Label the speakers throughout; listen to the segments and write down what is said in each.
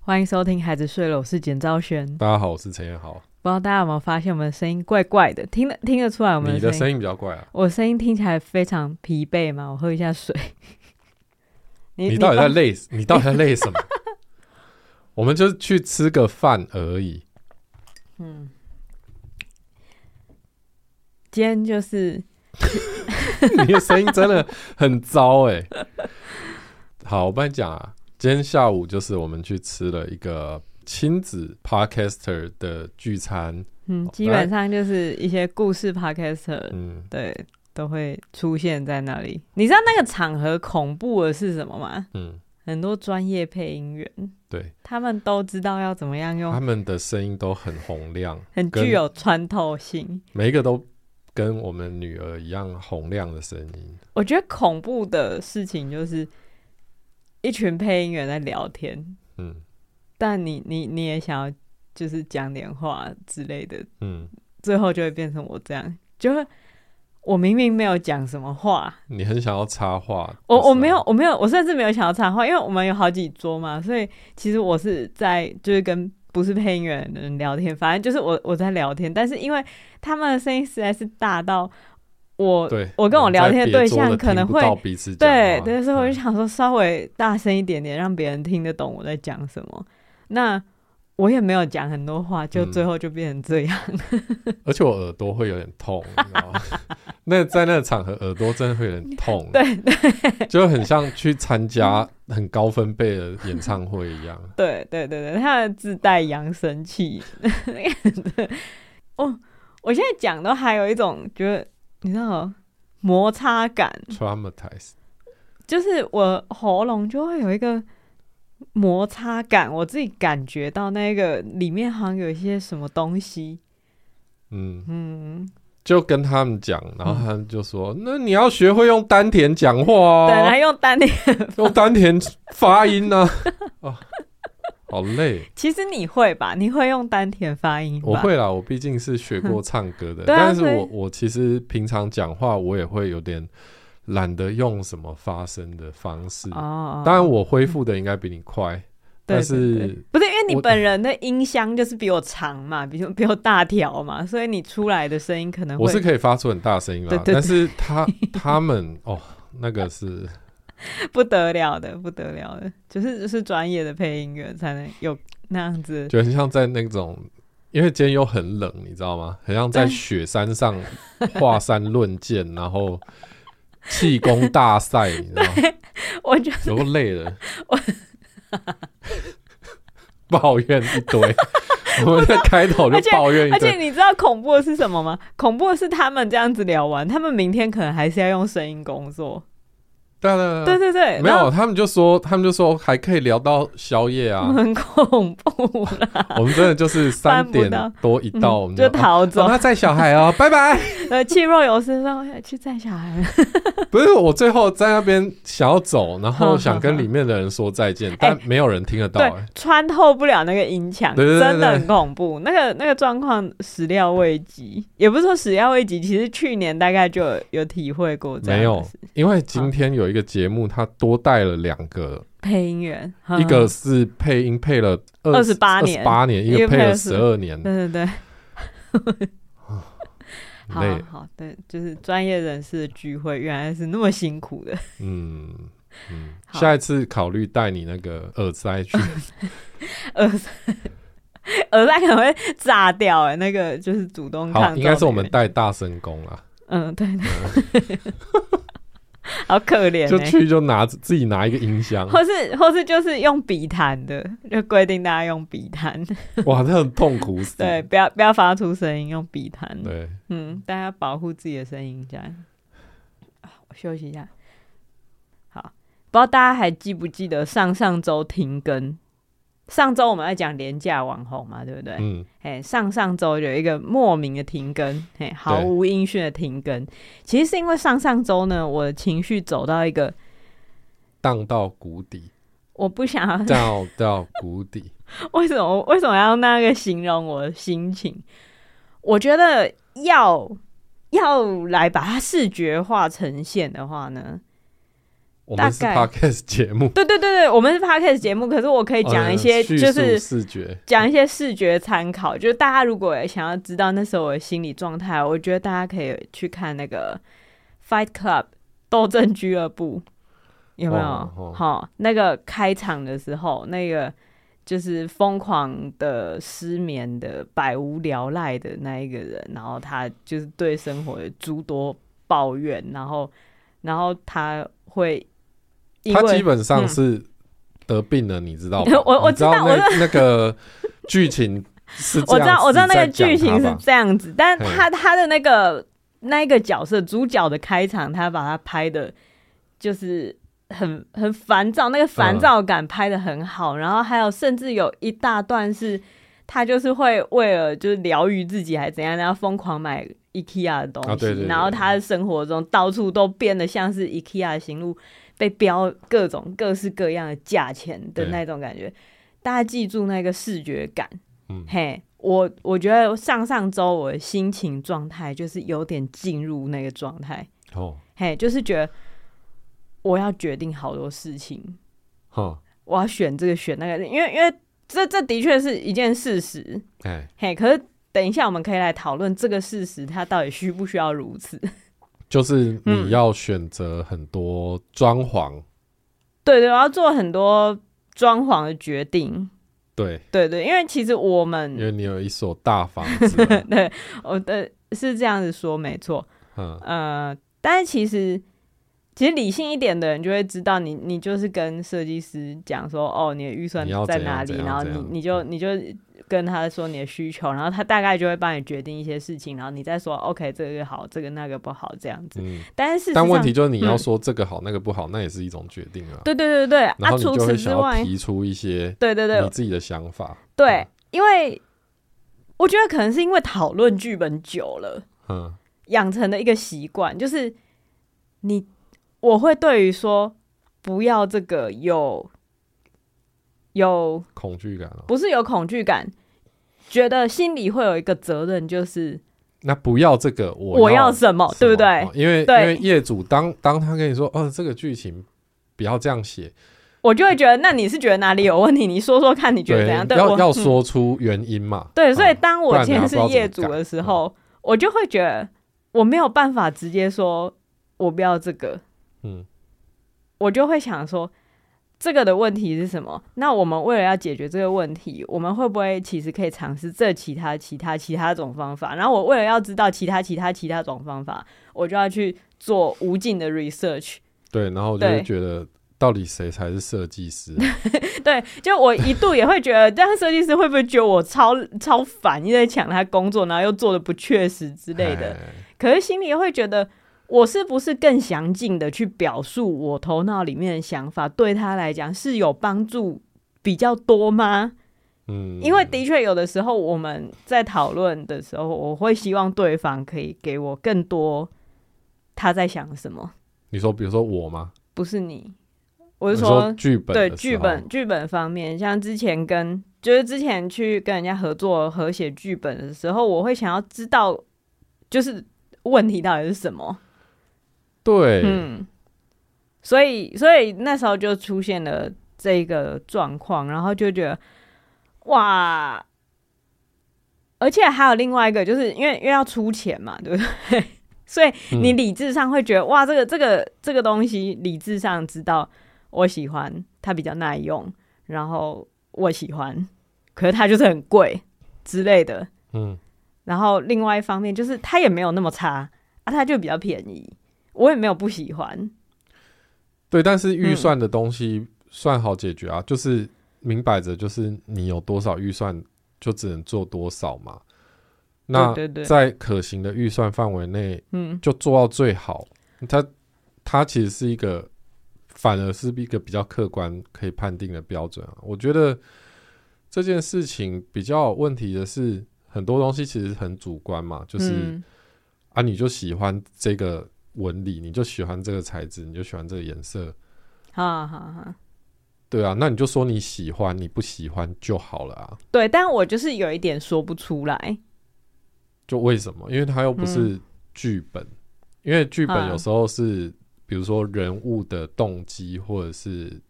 Speaker 1: 欢迎收听《孩子睡了》，我是简昭轩。
Speaker 2: 大家好，我是陈彦豪。
Speaker 1: 不知道大家有没有发现，我们的声音怪怪的，听得听得出来我们
Speaker 2: 你的
Speaker 1: 声
Speaker 2: 声
Speaker 1: 音。
Speaker 2: 音比较怪啊，
Speaker 1: 我声音听起来非常疲惫嘛，我喝一下水。你
Speaker 2: 你到底在
Speaker 1: 帮
Speaker 2: 累？你到底在累 什么？我们就去吃个饭而已。
Speaker 1: 今天就是
Speaker 2: 你的声音真的很糟哎、好，我帮你讲啊，今天下午就是我们去吃了一个亲子 podcaster 的聚餐，
Speaker 1: 嗯，
Speaker 2: 好
Speaker 1: 基本上就是一些故事 podcaster
Speaker 2: 嗯，
Speaker 1: 对都会出现在那里。你知道那个场合恐怖的是什么吗？
Speaker 2: 嗯，
Speaker 1: 很多专业配音员，
Speaker 2: 对，
Speaker 1: 他们都知道要怎么样
Speaker 2: 他
Speaker 1: 用，
Speaker 2: 们的声音都很洪亮，
Speaker 1: 很
Speaker 2: 跟
Speaker 1: 具有穿透性。
Speaker 2: 每一个都跟我们女儿一样洪亮的声音。
Speaker 1: 我觉得恐怖的事情就是一群配音员在聊天，
Speaker 2: 嗯
Speaker 1: 但你你你也想要就是讲点话之类的，
Speaker 2: 嗯，
Speaker 1: 最后就会变成我这样，就会我明明没有讲什么话，
Speaker 2: 你很想要插话，
Speaker 1: 我
Speaker 2: 不是
Speaker 1: 我没
Speaker 2: 啊
Speaker 1: 有，我没有，我甚至没有想要插话，因为我们有好几桌嘛，所以其实我是在就是跟不是配音员的人聊天，反正就是我我在聊天，但是因为他们的声音实在是大到我
Speaker 2: 对，
Speaker 1: 我跟我
Speaker 2: 们
Speaker 1: 聊
Speaker 2: 在
Speaker 1: 天的
Speaker 2: 别
Speaker 1: 对
Speaker 2: 桌
Speaker 1: 象
Speaker 2: 的
Speaker 1: 可
Speaker 2: 听
Speaker 1: 能
Speaker 2: 不
Speaker 1: 会
Speaker 2: 到彼此讲
Speaker 1: 对
Speaker 2: 话
Speaker 1: 对，所以我就
Speaker 2: 嗯
Speaker 1: 想说稍微大声一点点，让别人听得懂我在讲什么。那我也没有讲很多话，就
Speaker 2: 嗯
Speaker 1: 最后就变成这样。
Speaker 2: 而且我耳朵会有点痛，你知道吗？那在那个场合，耳朵真的会有点痛，
Speaker 1: 对对嗯
Speaker 2: 就很像去参加很高分贝的演唱会 一样。
Speaker 1: 对对对对，他的自带扬声器。 哦，我现在讲都还有一种觉得，你知道摩擦感，
Speaker 2: Traumatize，
Speaker 1: 就是我喉咙就会有一个摩擦感，我自己感觉到那个里面好像有一些什么东西。
Speaker 2: 嗯，
Speaker 1: 嗯，
Speaker 2: 就跟他们讲，然后他们就说：“ 那你要学会用丹田讲话
Speaker 1: 对，
Speaker 2: 哦
Speaker 1: 来，用丹田。
Speaker 2: 用丹田发音呢、啊。” 好累，
Speaker 1: 其实你会吧？你会用丹田发音吧？
Speaker 2: 我会啦，我毕竟是 学过唱歌的，
Speaker 1: 对啊
Speaker 2: 但是
Speaker 1: 所以
Speaker 2: 我我其实平常讲话，我也会有点懒得用什么发声的方式。
Speaker 1: 哦。
Speaker 2: 当然，我恢复的应该比你快，
Speaker 1: 对对对
Speaker 2: 但是
Speaker 1: 不是因为你
Speaker 2: 我
Speaker 1: 本人的音箱就是比我长嘛，比我比我大条嘛，所以你出来的声音可能会
Speaker 2: 我是可以发出很大声音啦。
Speaker 1: 对对对
Speaker 2: 但是他 他们哦，那个是
Speaker 1: 不得了的，不得了的，就是就是专业的配音员才能有那样 子。
Speaker 2: 就很像在那种，因为今天又很冷，你知道吗？很像在
Speaker 1: 对
Speaker 2: 雪山上华山论剑，然后气功大赛，你知道吗？
Speaker 1: 我觉得
Speaker 2: 有够累的，抱怨一堆。我们在开头就
Speaker 1: 而且
Speaker 2: 抱怨一
Speaker 1: 而且
Speaker 2: 堆，
Speaker 1: 你知道恐怖的是什么吗？恐怖的是他们这样子聊完，他们明天可能还是要用声音工作。
Speaker 2: 对对
Speaker 1: 对对对，
Speaker 2: 呃没
Speaker 1: 然
Speaker 2: 有，啊
Speaker 1: 后
Speaker 2: 他们就说，他们就说还可以聊到宵夜 啊，
Speaker 1: 很恐怖了，
Speaker 2: 我们真的就是三点多一 到，我们
Speaker 1: 嗯就
Speaker 2: 哦
Speaker 1: 逃
Speaker 2: 我
Speaker 1: 走
Speaker 2: 们。要载小孩哦，拜拜。
Speaker 1: 呃，气若游丝说我要去载小孩了。
Speaker 2: 不是我最后在那边想要走，然后想跟里面的人说再见，但没有人听得到、
Speaker 1: 哎对
Speaker 2: 哎，
Speaker 1: 穿透不了那个音墙，
Speaker 2: 对对对
Speaker 1: 真的很恐怖。那个那个状况始料未及，也不是说始料未及，其实去年大概就有有体会过这样的
Speaker 2: 没有
Speaker 1: 事，
Speaker 2: 因为今天有一个节目，他多带了两个，
Speaker 1: 配音员，
Speaker 2: 一个
Speaker 1: 嗯
Speaker 2: 是配音配了二
Speaker 1: 28年
Speaker 2: 二十八年，一
Speaker 1: 一
Speaker 2: 个
Speaker 1: 个配
Speaker 2: 配
Speaker 1: 了
Speaker 2: 了十二年，
Speaker 1: 嗯对对对，好
Speaker 2: 累，
Speaker 1: 好对，就是专业人士的聚会原来是那么辛苦的，
Speaker 2: 嗯嗯，
Speaker 1: 好
Speaker 2: 下一次考虑带你那个耳 塞去，
Speaker 1: 耳塞耳塞可能会炸掉哎、那个就是主动抗
Speaker 2: 好，
Speaker 1: 撞
Speaker 2: 应该是我们
Speaker 1: 的
Speaker 2: 带大声公啦，
Speaker 1: 原因，嗯对对， 好可怜、欸，
Speaker 2: 就去就拿自己拿一个 音箱，
Speaker 1: 或是或是就是用笔谈的，就规定大家用笔 谈，
Speaker 2: 哇，那很痛 苦死，
Speaker 1: 对，不要不要发出声音，用笔谈，
Speaker 2: 嗯对，
Speaker 1: 嗯，大家保护自己的声音，这样。啊我休息一下，好，不知道大家还记不记得上上周停更？上周我们在讲廉价网红嘛，对不对？
Speaker 2: 嗯，
Speaker 1: 哎、上上周有一个莫名的停更，哎，毫无音讯的停更。其实是因为上上周呢，我的情绪走到一个
Speaker 2: 荡到谷底，
Speaker 1: 我不想要
Speaker 2: 掉到 谷底。
Speaker 1: 为什么为什么要用那个形容我的心情？我觉得要要来把它视觉化呈现的话呢，
Speaker 2: 我们是
Speaker 1: 大概
Speaker 2: podcast 节目，
Speaker 1: 对对对对，我们是 podcast 节目，可是我可以讲一些，
Speaker 2: 呃叙述
Speaker 1: 就是
Speaker 2: 视觉，
Speaker 1: 讲一些视觉参考，就是大家如果想要知道那时候我的心理状态，我觉得大家可以去看那个《Fight Club》斗争俱乐部，有没有？
Speaker 2: 哦哦
Speaker 1: 好、那个开场的时候，那个就是疯狂的、失眠的、百无聊赖的那一个人，然后他就是对生活有诸多抱怨，然后，然后他会因
Speaker 2: 它基
Speaker 1: 为
Speaker 2: 本上
Speaker 1: 嗯
Speaker 2: 是得病了，你知道吧
Speaker 1: 我我
Speaker 2: 你知
Speaker 1: 知道
Speaker 2: 那那个剧情是 这
Speaker 1: 我知
Speaker 2: 样
Speaker 1: 道，
Speaker 2: 子
Speaker 1: 我知道那
Speaker 2: 在
Speaker 1: 个
Speaker 2: 讲
Speaker 1: 剧情
Speaker 2: 它
Speaker 1: 是
Speaker 2: 吧
Speaker 1: 这样子，但
Speaker 2: 嘿
Speaker 1: 他他的那个那一个角色主角的开场，他把他拍的，就是很很烦躁，
Speaker 2: 嗯
Speaker 1: 那个烦躁感拍的很好，然后还有甚至有一大段是，他就是会为了就是疗愈自己还怎样，然后疯狂买 IKEA 的东西，
Speaker 2: 啊对对对
Speaker 1: 然后他的生活中到处都变得像是 IKEA 的行路被标各种各式各样的价钱的
Speaker 2: 对
Speaker 1: 那种感觉。大家记住那个视觉感，
Speaker 2: 嗯
Speaker 1: 嘿，我我觉得上上周我的心情状态就是有点进入那个状态，
Speaker 2: 哦，
Speaker 1: 嘿，就是觉得我要决定好多事情，
Speaker 2: 哦，
Speaker 1: 我要选这个选那个，因为因为这这的确是一件事实，
Speaker 2: 哎，
Speaker 1: 嘿，可是等一下我们可以来讨论这个事实，它到底需不需要如此？
Speaker 2: 就是你
Speaker 1: 嗯
Speaker 2: 要选择很多装潢，
Speaker 1: 对对，我要做很多装潢的决定，
Speaker 2: 对，
Speaker 1: 对对，因为其实我
Speaker 2: 因
Speaker 1: 们，
Speaker 2: 为你有一所大房子啊了
Speaker 1: 我的是这样子说没错，
Speaker 2: 嗯，
Speaker 1: 呃，但是其实其实理性一点的人就会知道你，你就是跟设计师讲说，哦，你的预算
Speaker 2: 你要
Speaker 1: 在
Speaker 2: 怎样
Speaker 1: 哪里，
Speaker 2: 怎样
Speaker 1: 然后
Speaker 2: 怎
Speaker 1: 你
Speaker 2: 样嗯
Speaker 1: 你就你就跟他说你的需求，然后他大概就会帮你决定一些事情，然后你再说 OK 这个好，这个那个不好这样子。
Speaker 2: 嗯，
Speaker 1: 但是事实
Speaker 2: 但问
Speaker 1: 上
Speaker 2: 题就是你要
Speaker 1: 嗯
Speaker 2: 说这个好，那个不好，那也是一种决定啊。
Speaker 1: 对对对对，
Speaker 2: 然
Speaker 1: 啊，
Speaker 2: 后你
Speaker 1: 除
Speaker 2: 就
Speaker 1: 此
Speaker 2: 会
Speaker 1: 之
Speaker 2: 想要
Speaker 1: 外，
Speaker 2: 提出一些
Speaker 1: 对对对
Speaker 2: 你自己的想法。
Speaker 1: 对，因为我觉得可能是因为讨论剧本久了。
Speaker 2: 嗯，
Speaker 1: 养成的一个习惯，就是你我会对于说不要这个有有
Speaker 2: 恐惧感哦。
Speaker 1: 不是有恐惧感，觉得心里会有一个责任，就是
Speaker 2: 那不要这个，我
Speaker 1: 我
Speaker 2: 要
Speaker 1: 要什么，
Speaker 2: 什
Speaker 1: 对不对？
Speaker 2: 哦因为因
Speaker 1: 对
Speaker 2: 为业主当当他跟你说，哦，这个剧情不要这样写，
Speaker 1: 我就会觉得，那你是觉得哪里有问题？你说说看，你觉得怎样？对，
Speaker 2: 要
Speaker 1: 我
Speaker 2: 要、
Speaker 1: 嗯
Speaker 2: 说出原因嘛。
Speaker 1: 对，
Speaker 2: 嗯
Speaker 1: 所以当
Speaker 2: 不
Speaker 1: 我
Speaker 2: 然
Speaker 1: 今
Speaker 2: 你还
Speaker 1: 天是
Speaker 2: 不知道怎么
Speaker 1: 业主
Speaker 2: 改
Speaker 1: 的时候，我就会觉得我没有办法直接说我不要这个，
Speaker 2: 嗯，
Speaker 1: 我就会想说，这个的问题是什么？那我们为了要解决这个问题，我们会不会其实可以尝试这其他、其他、其他种方法？然后我为了要知道其他、其他、其他种方法，我就要去做无尽的 research。
Speaker 2: 对，然后我就会
Speaker 1: 对
Speaker 2: 觉得到底谁才是设计师？
Speaker 1: 对，就我一度也会觉得，这样设计师会不会觉得我超超烦，一直在抢他工作，然后又做的不确实之类的？
Speaker 2: 哎，
Speaker 1: 可是心里会觉得，我是不是更详尽的去表述我头脑里面的想法，对他来讲是有帮助比较多吗？
Speaker 2: 嗯，
Speaker 1: 因为的确有的时候我们在讨论的时候，我会希望对方可以给我更多他在想什么，
Speaker 2: 你说，比如说我吗？
Speaker 1: 不是你，我
Speaker 2: 我
Speaker 1: 是
Speaker 2: 说
Speaker 1: 说
Speaker 2: 剧本的
Speaker 1: 对
Speaker 2: 时候
Speaker 1: 剧本，剧本方面，像之前跟就是之前去跟人家合作合写剧本的时候，我会想要知道就是问题到底是什么。
Speaker 2: 对，
Speaker 1: 嗯，所以所以那时候就出现了这个状况，然后就觉得哇，而且还有另外一个，就是因为因为要出钱嘛，对不对？ 所以
Speaker 2: 嗯
Speaker 1: 你理智上会觉得、哇，这个这个这个东西，理智上知道我喜欢它比较耐用，然后我喜欢，可是它就是很贵之类的。
Speaker 2: 嗯，
Speaker 1: 然后另外一方面就是它也没有那么差啊，它就比较便宜，我也没有不喜欢。
Speaker 2: 对，但是预
Speaker 1: 嗯
Speaker 2: 算的东西算好解决啊，就是明摆着就是你有多少预算就只能做多少嘛。那
Speaker 1: 对对对，
Speaker 2: 在可行的预算范围内，
Speaker 1: 嗯，
Speaker 2: 就做到最好。它它其实是一个，反而是一个比较客观可以判定的标准啊。我觉得这件事情比较有问题的是，很多东西其实很主观嘛，就是、
Speaker 1: 嗯
Speaker 2: 啊，你就喜欢这个纹理，你就喜欢这个材质，你就喜欢这个颜色，
Speaker 1: 哈哈哈，
Speaker 2: 对啊，那你就说你喜欢，你不喜欢就好了啊。
Speaker 1: 对，但我就是有一点说不出来。
Speaker 2: 就为什么？因为它又不是剧本，因为剧本
Speaker 1: 啊
Speaker 2: 有时候是比如说人物的动机，或者是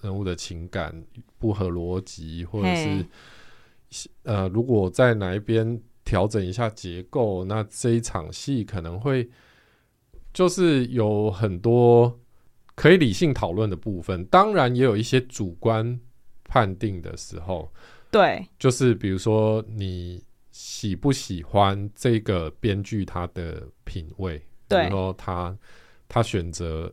Speaker 2: 人物的情感不合逻辑，或者
Speaker 1: 嘿
Speaker 2: 是呃，如果在哪一边调整一下结构，那这一场戏可能会就是有很多可以理性讨论的部分，当然也有一些主观判定的时候。
Speaker 1: 对，
Speaker 2: 就是比如说你喜不喜欢这个编剧他的品味，
Speaker 1: 对
Speaker 2: 然后他他选择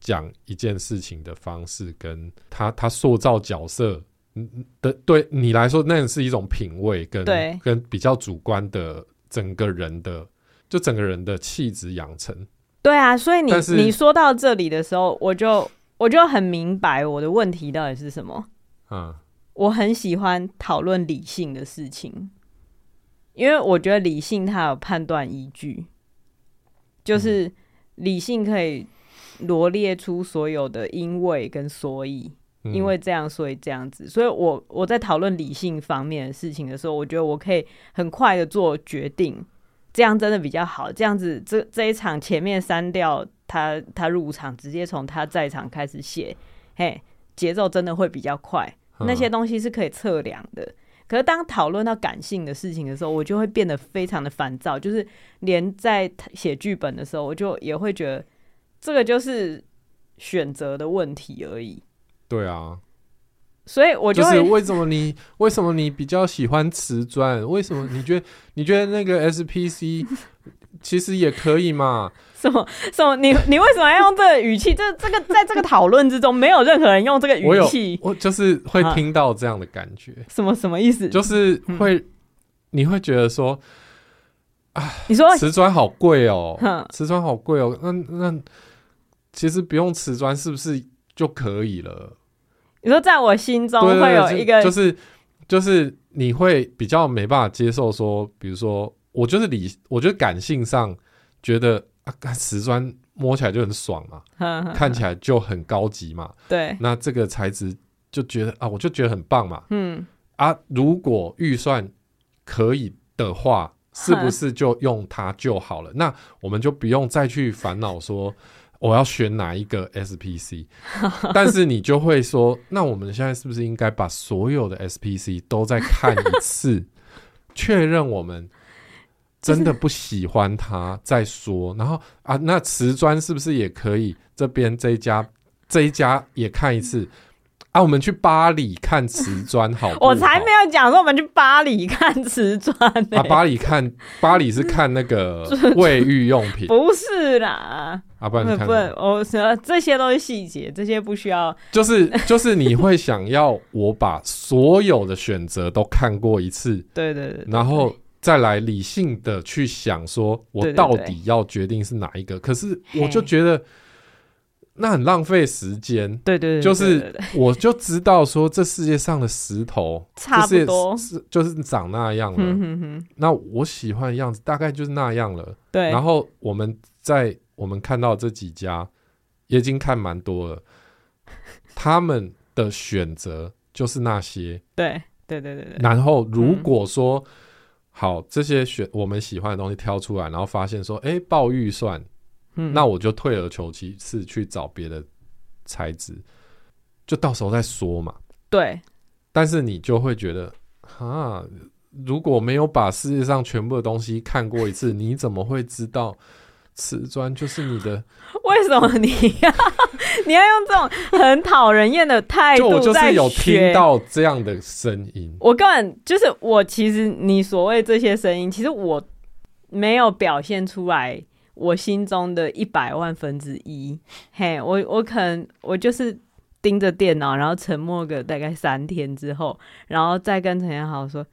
Speaker 2: 讲一件事情的方式，跟他他塑造角色。嗯的对你来说，那是一种品味跟
Speaker 1: 对
Speaker 2: 跟比较主观的整个人的，就整个人的气质养成。
Speaker 1: 对啊，所以你
Speaker 2: 但是
Speaker 1: 你说到这里的时候，我就我就很明白我的问题到底是什么。
Speaker 2: 嗯，
Speaker 1: 我很喜欢讨论理性的事情，因为我觉得理性它有判断依据，
Speaker 2: 嗯
Speaker 1: 就是理性可以罗列出所有的因为跟所以，
Speaker 2: 嗯
Speaker 1: 因为这样所以这样子，所以我我在讨论理性方面的事情的时候，我觉得我可以很快的做决定，这样真的比较好。这样子这这一场前面删掉他他入场，直接从他在场开始写，嘿，节奏真的会比较快。
Speaker 2: 啊嗯
Speaker 1: 那些东西是可以测量的。可是当讨论到感性的事情的时候，我就会变得非常的烦躁，就是连在写剧本的时候，我就也会觉得这个就是选择的问题而已。
Speaker 2: 对啊，
Speaker 1: 所以我就
Speaker 2: 就
Speaker 1: 会、
Speaker 2: 是为什么你为什么你比较喜欢瓷砖？为什么你觉得你觉得那个 SPC 其实也可 以嘛？
Speaker 1: 什么什么，你你为什么要用这个语气？这这个在这个讨论之中，没有任何人用这个
Speaker 2: 我
Speaker 1: 语
Speaker 2: 有
Speaker 1: 气，
Speaker 2: 我就是会
Speaker 1: 啊
Speaker 2: 听到这样的感觉，
Speaker 1: 什么什么意思？
Speaker 2: 就是
Speaker 1: 嗯
Speaker 2: 会、你会觉得说
Speaker 1: 你说，
Speaker 2: 瓷砖好贵哦、
Speaker 1: 哼
Speaker 2: 瓷砖好贵哦、那那其实不用瓷砖是不是就可以了？
Speaker 1: 你说，在我心中
Speaker 2: 对对
Speaker 1: 会
Speaker 2: 对
Speaker 1: 有
Speaker 2: 就
Speaker 1: 一个
Speaker 2: 就是就是你会比较没办法接受说，比如说我就是理，我觉得感性上觉得啊，干瓷砖摸起来就很爽嘛，
Speaker 1: 哼哼
Speaker 2: 看起来就很高级嘛，
Speaker 1: 对，
Speaker 2: 那这个材质就觉得啊，我就觉得很棒嘛
Speaker 1: 嗯，
Speaker 2: 啊，如果预算可以的话。是不是就用它就好了？那我们就不用再去烦恼说我要选哪一个 SPC，但是你就会说，那我们现在是不是应该把所有的 SPC 都再看一次，确认我们真的不喜欢它再说？然后啊，那瓷砖是不是也可以？这边这一家这一家也看一次啊？我们去巴黎看瓷砖好不好？
Speaker 1: 我才没有讲说我们去巴黎看瓷砖呢、
Speaker 2: 啊！巴 黎看巴黎是看那个卫浴用品
Speaker 1: 不是啦，
Speaker 2: 啊，不
Speaker 1: 不
Speaker 2: 然你看
Speaker 1: 不
Speaker 2: 什么，
Speaker 1: 我说这些都是细节，这些不需要。
Speaker 2: 就是就是你会想要我把所有的选择都看过一次，
Speaker 1: 对对对，
Speaker 2: 然后再来理性的去想，说我
Speaker 1: 对对
Speaker 2: 到
Speaker 1: 对
Speaker 2: 底要决定是哪一个。可是我就
Speaker 1: 嘿
Speaker 2: 觉得那很浪费 时间，
Speaker 1: 对对对，
Speaker 2: 就
Speaker 1: 对对
Speaker 2: 是
Speaker 1: 对
Speaker 2: 我就知道说这世界上的石头
Speaker 1: 差不多
Speaker 2: 这世界是就是长那样
Speaker 1: 嗯
Speaker 2: 了。
Speaker 1: 哼哼，
Speaker 2: 那我喜欢的样子大概就是那样了。
Speaker 1: 对，
Speaker 2: 然后我们在我们看到这几家，也已经看蛮多了，他们的选择就是那些。
Speaker 1: 对对对对对，
Speaker 2: 然后如果说、好这些选我们喜欢的东西挑出来，然后发现说，哎，报预算，
Speaker 1: 嗯
Speaker 2: 那我就退而求其次去找别的材质，就到时候再说嘛。
Speaker 1: 对
Speaker 2: 但是你就会觉得，哈，如果没有把世界上全部的东西看过一次，你怎么会知道瓷砖就是你的？
Speaker 1: 为什么你要你要用这种很讨人厌的态
Speaker 2: 就
Speaker 1: 度
Speaker 2: 我就
Speaker 1: 在
Speaker 2: 是有
Speaker 1: 学
Speaker 2: 听到这样的声音，
Speaker 1: 我根本就是我，其实你所谓这些声音，其实我没有表现出来我心中的一百万分之一。嘿，我我可能我就是盯着电脑，然后沉默个大概三天之后，然后再跟陈彦豪说，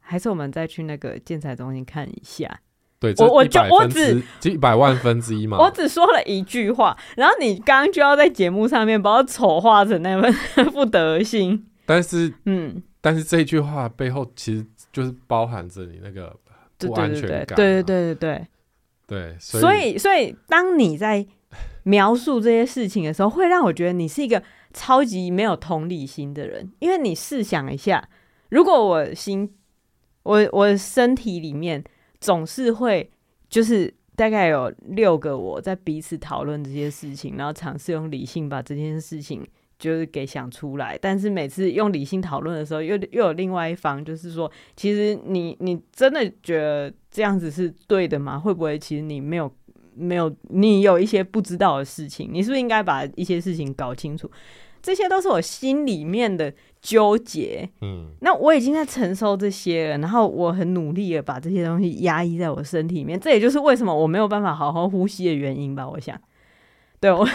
Speaker 1: 还是我们再去那个建材中心看一下。
Speaker 2: 对，
Speaker 1: 我我
Speaker 2: 这
Speaker 1: 就
Speaker 2: 100
Speaker 1: 我
Speaker 2: 分之一百万分之一嘛，
Speaker 1: 我只说了一句话，然后你刚刚就要在节目上面把我丑化成那份 副德性。
Speaker 2: 但是
Speaker 1: 嗯，
Speaker 2: 但是这一句话背后其实就是包含着你那个
Speaker 1: 对
Speaker 2: 不
Speaker 1: 对
Speaker 2: 安
Speaker 1: 对
Speaker 2: 全
Speaker 1: 对
Speaker 2: 感啊、
Speaker 1: 对对对对对。
Speaker 2: 对，所以
Speaker 1: 所以，所以当你在描述这些事情的时候，会让我觉得你是一个超级没有同理心的人，因为你试想一下，如果我心，我我身体里面总是会就是大概有六个我在彼此讨论这些事情，然后尝试用理性把这件事情就是给想出来。但是每次用理性讨论的时候，又又有另外一方就是说，其实你你真的觉得这样子是对的吗？会不会其实你没有没有你有一些不知道的事情，你是不是应该把一些事情搞清楚？这些都是我心里面的纠结。
Speaker 2: 嗯
Speaker 1: 那我已经在承受这些了，然后我很努力的把这些东西压抑在我身体里面，这也就是为什么我没有办法好好呼吸的原因吧，我想。对我，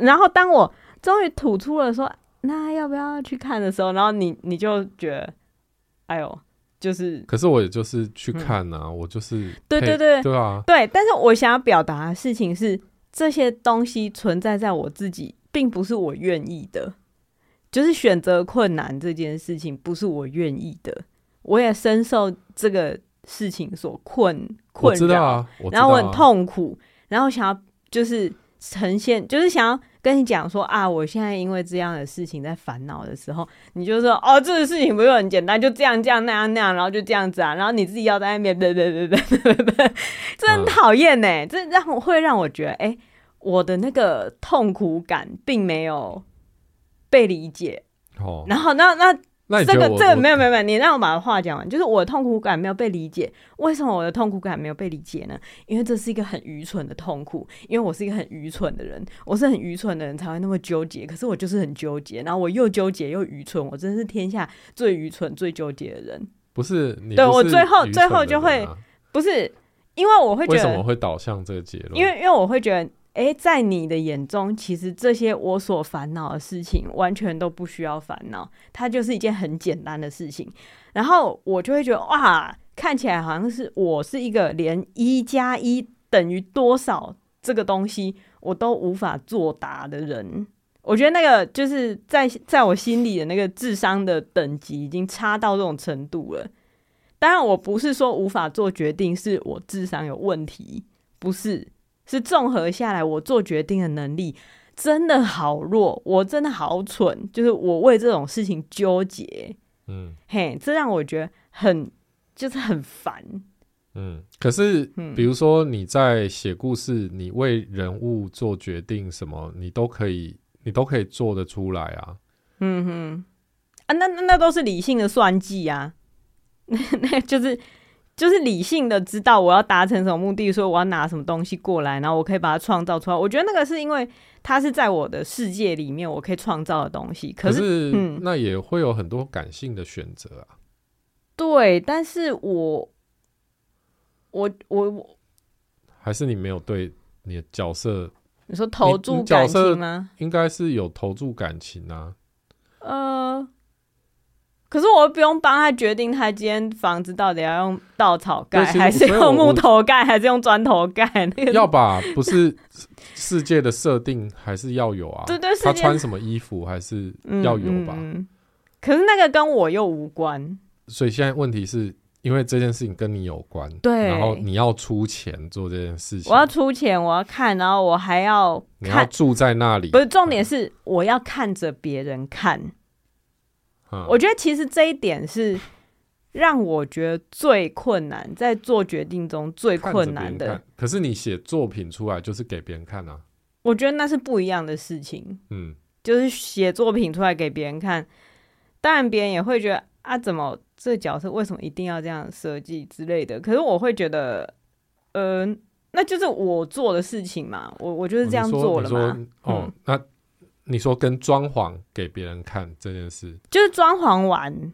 Speaker 1: 然后当我终于吐出了说那要不要去看的时候，然后你你就觉得，哎呦，就是
Speaker 2: 可是我也就是去看啊，我就是
Speaker 1: 嗯对
Speaker 2: 配
Speaker 1: 对对
Speaker 2: 对啊，
Speaker 1: 对，但是我想要表达的事情是，这些东西存在在我自己，并不是我愿意的。就是选择困难这件事情，不是我愿意的，我也深受这个事情所困
Speaker 2: 我
Speaker 1: 困
Speaker 2: 知
Speaker 1: 扰，
Speaker 2: 道啊，我知
Speaker 1: 然
Speaker 2: 道
Speaker 1: 后我
Speaker 2: 啊
Speaker 1: 很，痛苦，然后想要就是呈现，就是想要跟你讲说啊，我现在因为这样的事情在烦恼的时候，你就说哦，这个事情不是很简单，就这样这样那样那样，然后就这样子啊，然后你自己要在那边，对对对对对对，这
Speaker 2: 嗯
Speaker 1: 很讨厌呢，这让我会让我觉得，哎、我的那个痛苦感并没有被理解，
Speaker 2: 哦，
Speaker 1: 然后那那
Speaker 2: 那你觉
Speaker 1: 这
Speaker 2: 得
Speaker 1: 个
Speaker 2: 我
Speaker 1: 这个
Speaker 2: 我
Speaker 1: 没有没有没有，你让我把话讲完。就是我的痛苦感没有被理解，为什么我的痛苦感没有被理解呢？因为这是一个很愚蠢的痛苦，因为我是一个很愚蠢的人，我是很愚蠢的人才会那么纠结。可是我就是很纠结，然后我又纠结又愚蠢，我真是天下最愚蠢、最纠结的人。
Speaker 2: 不是你
Speaker 1: 对
Speaker 2: 不
Speaker 1: 我
Speaker 2: 是
Speaker 1: 最后
Speaker 2: 愚
Speaker 1: 最
Speaker 2: 蠢
Speaker 1: 后
Speaker 2: 的
Speaker 1: 就
Speaker 2: 人
Speaker 1: 会
Speaker 2: 啊
Speaker 1: 不是，因为我会觉
Speaker 2: 为什么
Speaker 1: 得，
Speaker 2: 会导向这个结论？
Speaker 1: 因为因为我会觉得，诶，在你的眼中，其实这些我所烦恼的事情完全都不需要烦恼，它就是一件很简单的事情。然后我就会觉得哇，看起来好像是我是一个连一加一等于多少这个东西我都无法作答的人。我觉得那个就是在在我心里的那个智商的等级已经差到这种程度了。当然，我不是说无法做决定，是我智商有问题，不是，是综合下来我做决定的能力真的好弱，我真的好蠢，就是我为这种事情纠结。
Speaker 2: 嗯
Speaker 1: 嘿，这让我觉得很就是很烦。
Speaker 2: 嗯，可是
Speaker 1: 嗯
Speaker 2: 比如说你在写故事，你为人物做决定什么，你都可以，你都可以做得出来啊。
Speaker 1: 嗯哼，啊，那那那都是理性的算计啊， 那那就是就是理性的知道我要达成什么目的，所以我要拿什么东西过来，然后我可以把它创造出来。我觉得那个是因为它是在我的世界里面我可以创造的东西，可
Speaker 2: 可
Speaker 1: 是
Speaker 2: 是
Speaker 1: 嗯
Speaker 2: 那也会有很多感性的选择啊。
Speaker 1: 对，但是我我我我，
Speaker 2: 还是你没有对你的角色，
Speaker 1: 你说投
Speaker 2: 你
Speaker 1: 注
Speaker 2: 你角
Speaker 1: 感
Speaker 2: 色
Speaker 1: 情吗？
Speaker 2: 应该是有投注感情啊。
Speaker 1: 呃，可是我又不用帮他决定他今天房子到底要用稻草盖，
Speaker 2: 对其实
Speaker 1: 还是
Speaker 2: 所以我
Speaker 1: 用木头盖，还是用砖头盖？那个
Speaker 2: 要吧，不是 世界的设定还是要有啊。
Speaker 1: 对对世
Speaker 2: 他
Speaker 1: 界
Speaker 2: 穿什么衣服还是
Speaker 1: 嗯
Speaker 2: 要有吧。
Speaker 1: 嗯嗯可是那个跟我又无关，
Speaker 2: 所以现在问题是因为这件事情跟你有关，
Speaker 1: 对
Speaker 2: 然后你要出钱做这件事情，
Speaker 1: 我要出钱，我要看，然后我还要
Speaker 2: 你要
Speaker 1: 看，
Speaker 2: 住在那里
Speaker 1: 不。是重点是我要看着别人看。
Speaker 2: 嗯
Speaker 1: 我觉得其实这一点是让我觉得最困难，在做决定中最
Speaker 2: 看着
Speaker 1: 困
Speaker 2: 别
Speaker 1: 难
Speaker 2: 人
Speaker 1: 的
Speaker 2: 看。可是你写作品出来就是给别人看啊，
Speaker 1: 我觉得那是不一样的事情。
Speaker 2: 嗯，
Speaker 1: 就是写作品出来给别人看，当然别人也会觉得啊，怎么这角色为什么一定要这样设计之类的。可是我会觉得，呃，那就是我做的事情嘛，我我就是这样
Speaker 2: 你说
Speaker 1: 做了嗯
Speaker 2: 你说
Speaker 1: 嘛。
Speaker 2: 哦，那你说跟装潢给别人看这件事，
Speaker 1: 就是装潢完，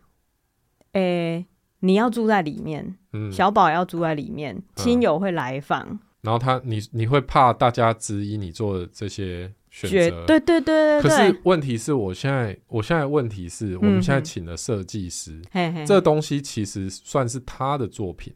Speaker 1: 诶、你要住在里面，
Speaker 2: 嗯，
Speaker 1: 小宝要住在里面，亲友会来访，
Speaker 2: 然后他你你会怕大家质疑你做的这些选
Speaker 1: 绝
Speaker 2: 择，
Speaker 1: 对对对对
Speaker 2: 可
Speaker 1: 对
Speaker 2: 是，问题是我现在我现在问题是我
Speaker 1: 嗯
Speaker 2: 们
Speaker 1: 哼
Speaker 2: 现在请了设计师，
Speaker 1: 嘿嘿，
Speaker 2: 这东西其实算是他的作品。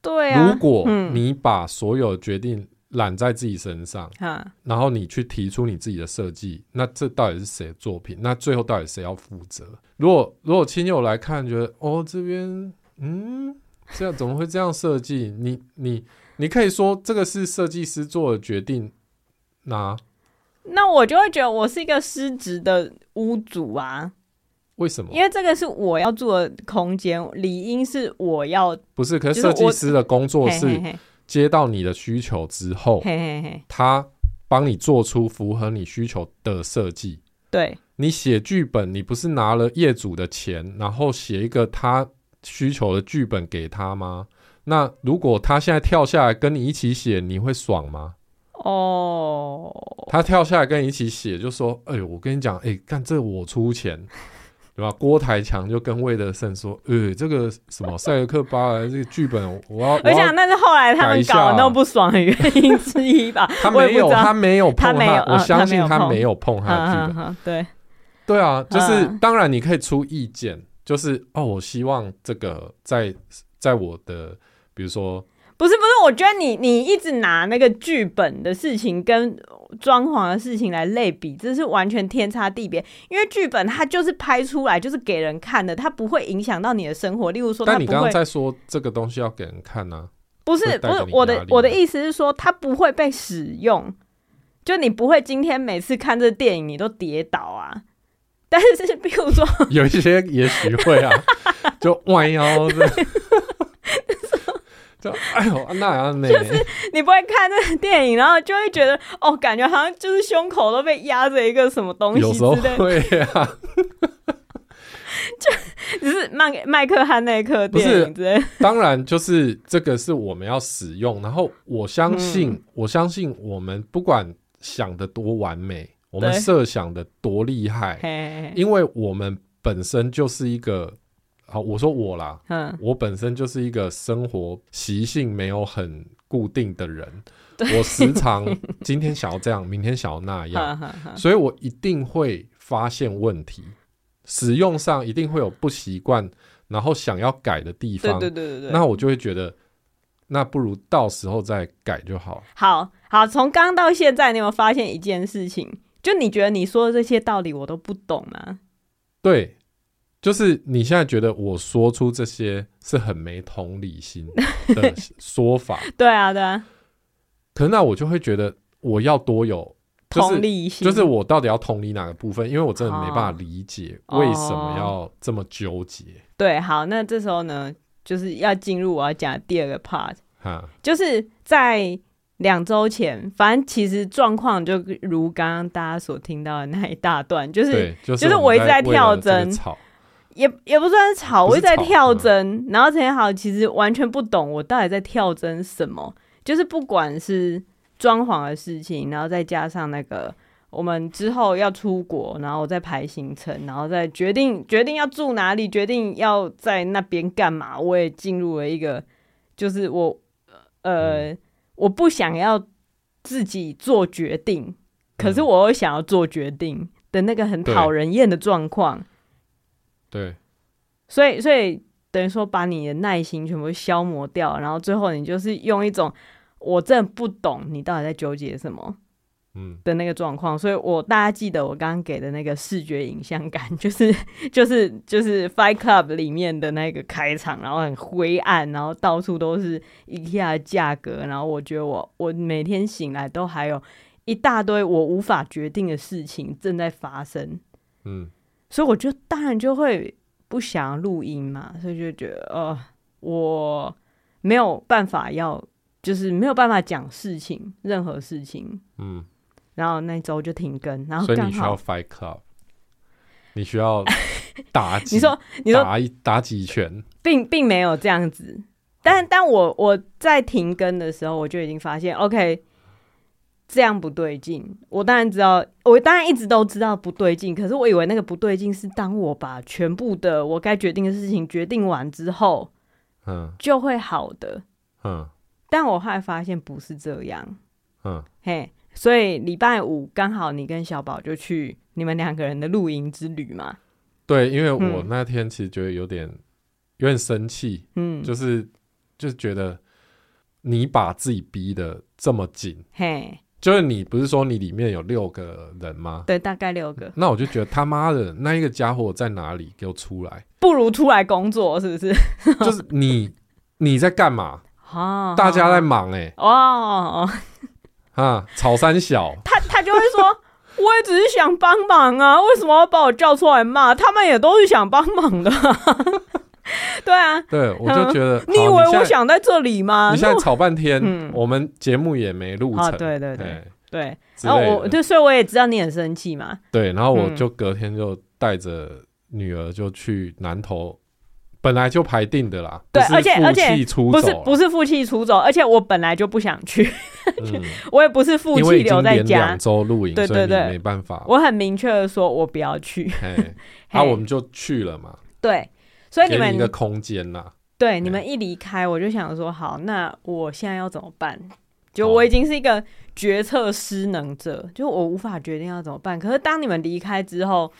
Speaker 1: 对
Speaker 2: 如
Speaker 1: 啊，
Speaker 2: 果
Speaker 1: 嗯
Speaker 2: 你把所有决定揽在自己身上，
Speaker 1: 哈，
Speaker 2: 然后你去提出你自己的设计，那这到底是谁的作品？那最后到底谁要负责？如果如果亲友来看，觉得哦这边嗯这样怎么会这样设计？你你你可以说这个是设计师做的决定，那、
Speaker 1: 那我就会觉得我是一个失职的屋主啊。
Speaker 2: 为什么？
Speaker 1: 因为这个是我要住的空间，理应是我要
Speaker 2: 不是，可
Speaker 1: 就是是
Speaker 2: 设计
Speaker 1: 我
Speaker 2: 师的工作
Speaker 1: 嘿
Speaker 2: 是
Speaker 1: 嘿嘿
Speaker 2: 接到你的需求之后，
Speaker 1: 嘿嘿嘿，
Speaker 2: 他帮你做出符合你需求的设计。
Speaker 1: 对
Speaker 2: 你写剧本，你不是拿了业主的钱，然后写一个他需求的剧本给他吗？那如果他现在跳下来跟你一起写，你会爽吗？
Speaker 1: 哦，
Speaker 2: 他跳下来跟你一起写，就说：“哎、我跟你讲，哎、干这我出钱， 对吧？”郭台强就跟魏德胜说：“呃、这个什么塞尔克巴莱这个剧本，我要，我
Speaker 1: 我
Speaker 2: 要
Speaker 1: 想那是后来他
Speaker 2: 改一
Speaker 1: 们
Speaker 2: 下
Speaker 1: 搞
Speaker 2: 啊
Speaker 1: 得那么不爽的原因之一吧
Speaker 2: 。他
Speaker 1: 我也
Speaker 2: 没
Speaker 1: 不
Speaker 2: 有，
Speaker 1: 知道
Speaker 2: 他没有
Speaker 1: 他
Speaker 2: 碰
Speaker 1: 没有
Speaker 2: 他，我
Speaker 1: 嗯
Speaker 2: 相
Speaker 1: 他
Speaker 2: 信
Speaker 1: 没有
Speaker 2: 他
Speaker 1: 碰
Speaker 2: 没有碰他的剧
Speaker 1: 嗯
Speaker 2: 本
Speaker 1: 嗯。嗯，对，
Speaker 2: 对啊，就是
Speaker 1: 嗯
Speaker 2: 当然你可以出意见，就是哦，我希望这个在在我的，比如说，
Speaker 1: 不是不是，我觉得你你一直拿那个剧本的事情跟装潢的事情来类比，这是完全天差地别。因为剧本它就是拍出来就是给人看的，它不会影响到你的生活。例如说，它
Speaker 2: 但你
Speaker 1: 不
Speaker 2: 刚刚
Speaker 1: 会
Speaker 2: 在说这个东西要给人看啊呢、
Speaker 1: 不
Speaker 2: 会
Speaker 1: 是
Speaker 2: 带
Speaker 1: 不
Speaker 2: 给
Speaker 1: 是
Speaker 2: 你
Speaker 1: 我
Speaker 2: 压
Speaker 1: 的
Speaker 2: 力
Speaker 1: 我的
Speaker 2: 吗
Speaker 1: 意思是说，它不会被使用。就你不会今天每次看这电影你都跌倒啊，但是比如说
Speaker 2: 有一些 也许会啊，就弯腰的， 就哎呦，那样呢？
Speaker 1: 你不会看这个电影，然后就会觉得哦，感觉好像就是胸口都被压着一个什么东
Speaker 2: 有
Speaker 1: 西
Speaker 2: 时候
Speaker 1: 之类的。
Speaker 2: 会啊，
Speaker 1: 只是麦麦克汉内克
Speaker 2: 不是
Speaker 1: 电影之类的，
Speaker 2: 当然就是这个是我们要使用，然后我相信，
Speaker 1: 嗯
Speaker 2: 我相信我们不管想的多完美，我们
Speaker 1: 对
Speaker 2: 设想的多厉害，
Speaker 1: 嘿嘿嘿
Speaker 2: 因为我们本身就是一个，好，我说我啦，
Speaker 1: 嗯，
Speaker 2: 我本身就是一个生活习性没有很固定的人，我时常今天想要这样，明天想要那样，
Speaker 1: 哈哈哈
Speaker 2: 所以我一定会发现问题，使用上一定会有不习惯，然后想要改的地
Speaker 1: 对
Speaker 2: 方，
Speaker 1: 对对对对。
Speaker 2: 那我就会觉得，那不如到时候再改就好。
Speaker 1: 好好，从刚到现在，你有没有发现一件事情？就你觉得你说的这些道理我都不懂啊吗？
Speaker 2: 对，就是你现在觉得我说出这些是很没同理心 的说法，
Speaker 1: 对啊，对啊，
Speaker 2: 可是那我就会觉得我要多有，就
Speaker 1: 同
Speaker 2: 是
Speaker 1: 理心
Speaker 2: 就是我到底要同理哪个部分？因为我真的没办法
Speaker 1: 哦
Speaker 2: 理解为什么要这么纠结
Speaker 1: 对。好，那这时候呢，就是要进入我要讲的第二个 part，
Speaker 2: 哈。
Speaker 1: 就是在两周前，反正其实状况就如刚刚大家所听到的那一大段，就是
Speaker 2: 对，就是
Speaker 1: 就是
Speaker 2: 我
Speaker 1: 我
Speaker 2: 们
Speaker 1: 一直在
Speaker 2: 为了
Speaker 1: 跳
Speaker 2: 这个
Speaker 1: 针
Speaker 2: 吵，
Speaker 1: 也也不算是吵，
Speaker 2: 不
Speaker 1: 我
Speaker 2: 是
Speaker 1: 一直在
Speaker 2: 吵
Speaker 1: 跳
Speaker 2: 嗯
Speaker 1: 针。然后陈彦豪其实完全不懂我到底在跳针什么，就是不管是装潢的事情，然后再加上那个我们之后要出国，然后我再排行程，然后再决定决定要住哪里，决定要在那边干嘛，我也进入了一个就是我呃、
Speaker 2: 嗯
Speaker 1: 我不想要自己做决定，可是
Speaker 2: 嗯
Speaker 1: 我又想要做决定的那个很
Speaker 2: 对
Speaker 1: 讨人厌的状况。
Speaker 2: 对
Speaker 1: 所以，所以等于说把你的耐心全部消磨掉，然后最后你就是用一种我真的不懂你到底在纠结什么
Speaker 2: 嗯，
Speaker 1: 的那个状况。所以我大家记得我刚刚给的那个视觉影像感， 就是就是就是《Fight Club》里面的那个开场，然后很灰暗，然后到处都是 IKEA 的价格，然后我觉得我我每天醒来都还有一大堆我无法决定的事情正在发生。
Speaker 2: 嗯，
Speaker 1: 所以我就当然就会不想录音嘛，所以就觉得呃，我没有办法要，就是没有办法讲事情，任何事情。
Speaker 2: 嗯，
Speaker 1: 然后那一周就停更，然后
Speaker 2: 所以
Speaker 1: 刚
Speaker 2: 你需要
Speaker 1: 好
Speaker 2: fight club，你需要 打几，
Speaker 1: 你说你说
Speaker 2: 打一打几拳，
Speaker 1: 并并没有这样子，但但我我在停更的时候，我就已经发现，OK，这样不对劲。我当然知道，我当然一直都知道不对劲，可是我以为那个不对劲是当我把全部的我该决定的事情决定完之后
Speaker 2: 嗯
Speaker 1: 就会好的。
Speaker 2: 嗯
Speaker 1: 但我后来发现不是这样，
Speaker 2: 嗯，
Speaker 1: 嘿，所以礼拜五刚好你跟小宝就去你们两个人的露营之旅嘛，
Speaker 2: 对，因为我
Speaker 1: 嗯
Speaker 2: 那天其实觉得有点有点生气，
Speaker 1: 嗯，
Speaker 2: 就是就是觉得你把自己逼得这么紧，
Speaker 1: 嘿，
Speaker 2: 就是你不是说你里面有六个人吗？
Speaker 1: 对，大概六个，
Speaker 2: 那我就觉得他妈的那一个家伙在哪里？给我出来！
Speaker 1: 不如出来工作是不是？
Speaker 2: 就是你你在干嘛？
Speaker 1: 哦，
Speaker 2: 大家在忙哎、
Speaker 1: 哦，
Speaker 2: 啊，草三小，
Speaker 1: 他他就会说。 我也只是想帮忙啊，为什么要把我叫出来骂？他们也都是想帮忙的啊、 对啊，
Speaker 2: 对，我就觉得，
Speaker 1: 你以
Speaker 2: 好
Speaker 1: 为
Speaker 2: 现
Speaker 1: 我
Speaker 2: 在
Speaker 1: 想在这里吗？
Speaker 2: 你现在吵半天，
Speaker 1: 嗯
Speaker 2: 我们节目也没录成，
Speaker 1: 啊对对对
Speaker 2: 哎
Speaker 1: 对，
Speaker 2: 之
Speaker 1: 然后
Speaker 2: 类
Speaker 1: 我
Speaker 2: 的
Speaker 1: 对，所以我也知道你很生气嘛。
Speaker 2: 对，然后我
Speaker 1: 嗯
Speaker 2: 就隔天就带着女儿就去南投，本来就排定的啦，
Speaker 1: 对
Speaker 2: 不是
Speaker 1: 而且
Speaker 2: 负
Speaker 1: 而且
Speaker 2: 气出
Speaker 1: 不
Speaker 2: 走啊
Speaker 1: 是
Speaker 2: 啦
Speaker 1: 不是负气出走，而且我本来就不想去，
Speaker 2: 嗯
Speaker 1: 我也不是负
Speaker 2: 因为
Speaker 1: 气
Speaker 2: 已经
Speaker 1: 留在
Speaker 2: 连
Speaker 1: 家
Speaker 2: 两，周录影，
Speaker 1: 对
Speaker 2: 所
Speaker 1: 对
Speaker 2: 以你
Speaker 1: 对
Speaker 2: 没办法。
Speaker 1: 我很明确的说我不要去。
Speaker 2: 嘿，啊，
Speaker 1: 嘿
Speaker 2: 我们就去了嘛，
Speaker 1: 对，所以
Speaker 2: 给
Speaker 1: 你们
Speaker 2: 一个空间啦。
Speaker 1: 对你
Speaker 2: 嗯
Speaker 1: 们一离开，我就想说好，那我现在要怎么办？就
Speaker 2: 哦
Speaker 1: 我已经是一个决策失能者，就我无法决定要怎么办。可是当你们离开之后，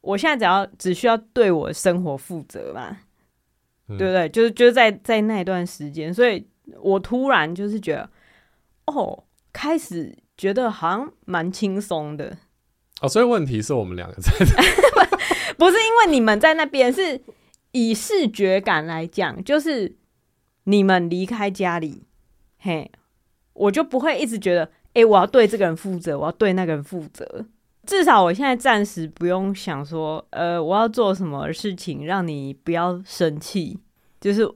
Speaker 1: 我现在只要只需要对我生活负责嘛，
Speaker 2: 嗯
Speaker 1: 对不对？就是就是在在那一段时间，所以我突然就是觉得，哦，开始觉得好像蛮轻松的，
Speaker 2: 哦，所以问题是我们两个在
Speaker 1: 不是因为你们在那边，是以视觉感来讲，就是你们离开家里，嘿，我就不会一直觉得，诶，我要对这个人负责，我要对那个人负责。至少我现在暂时不用想说，呃，我要做什么事情让你不要生气。就是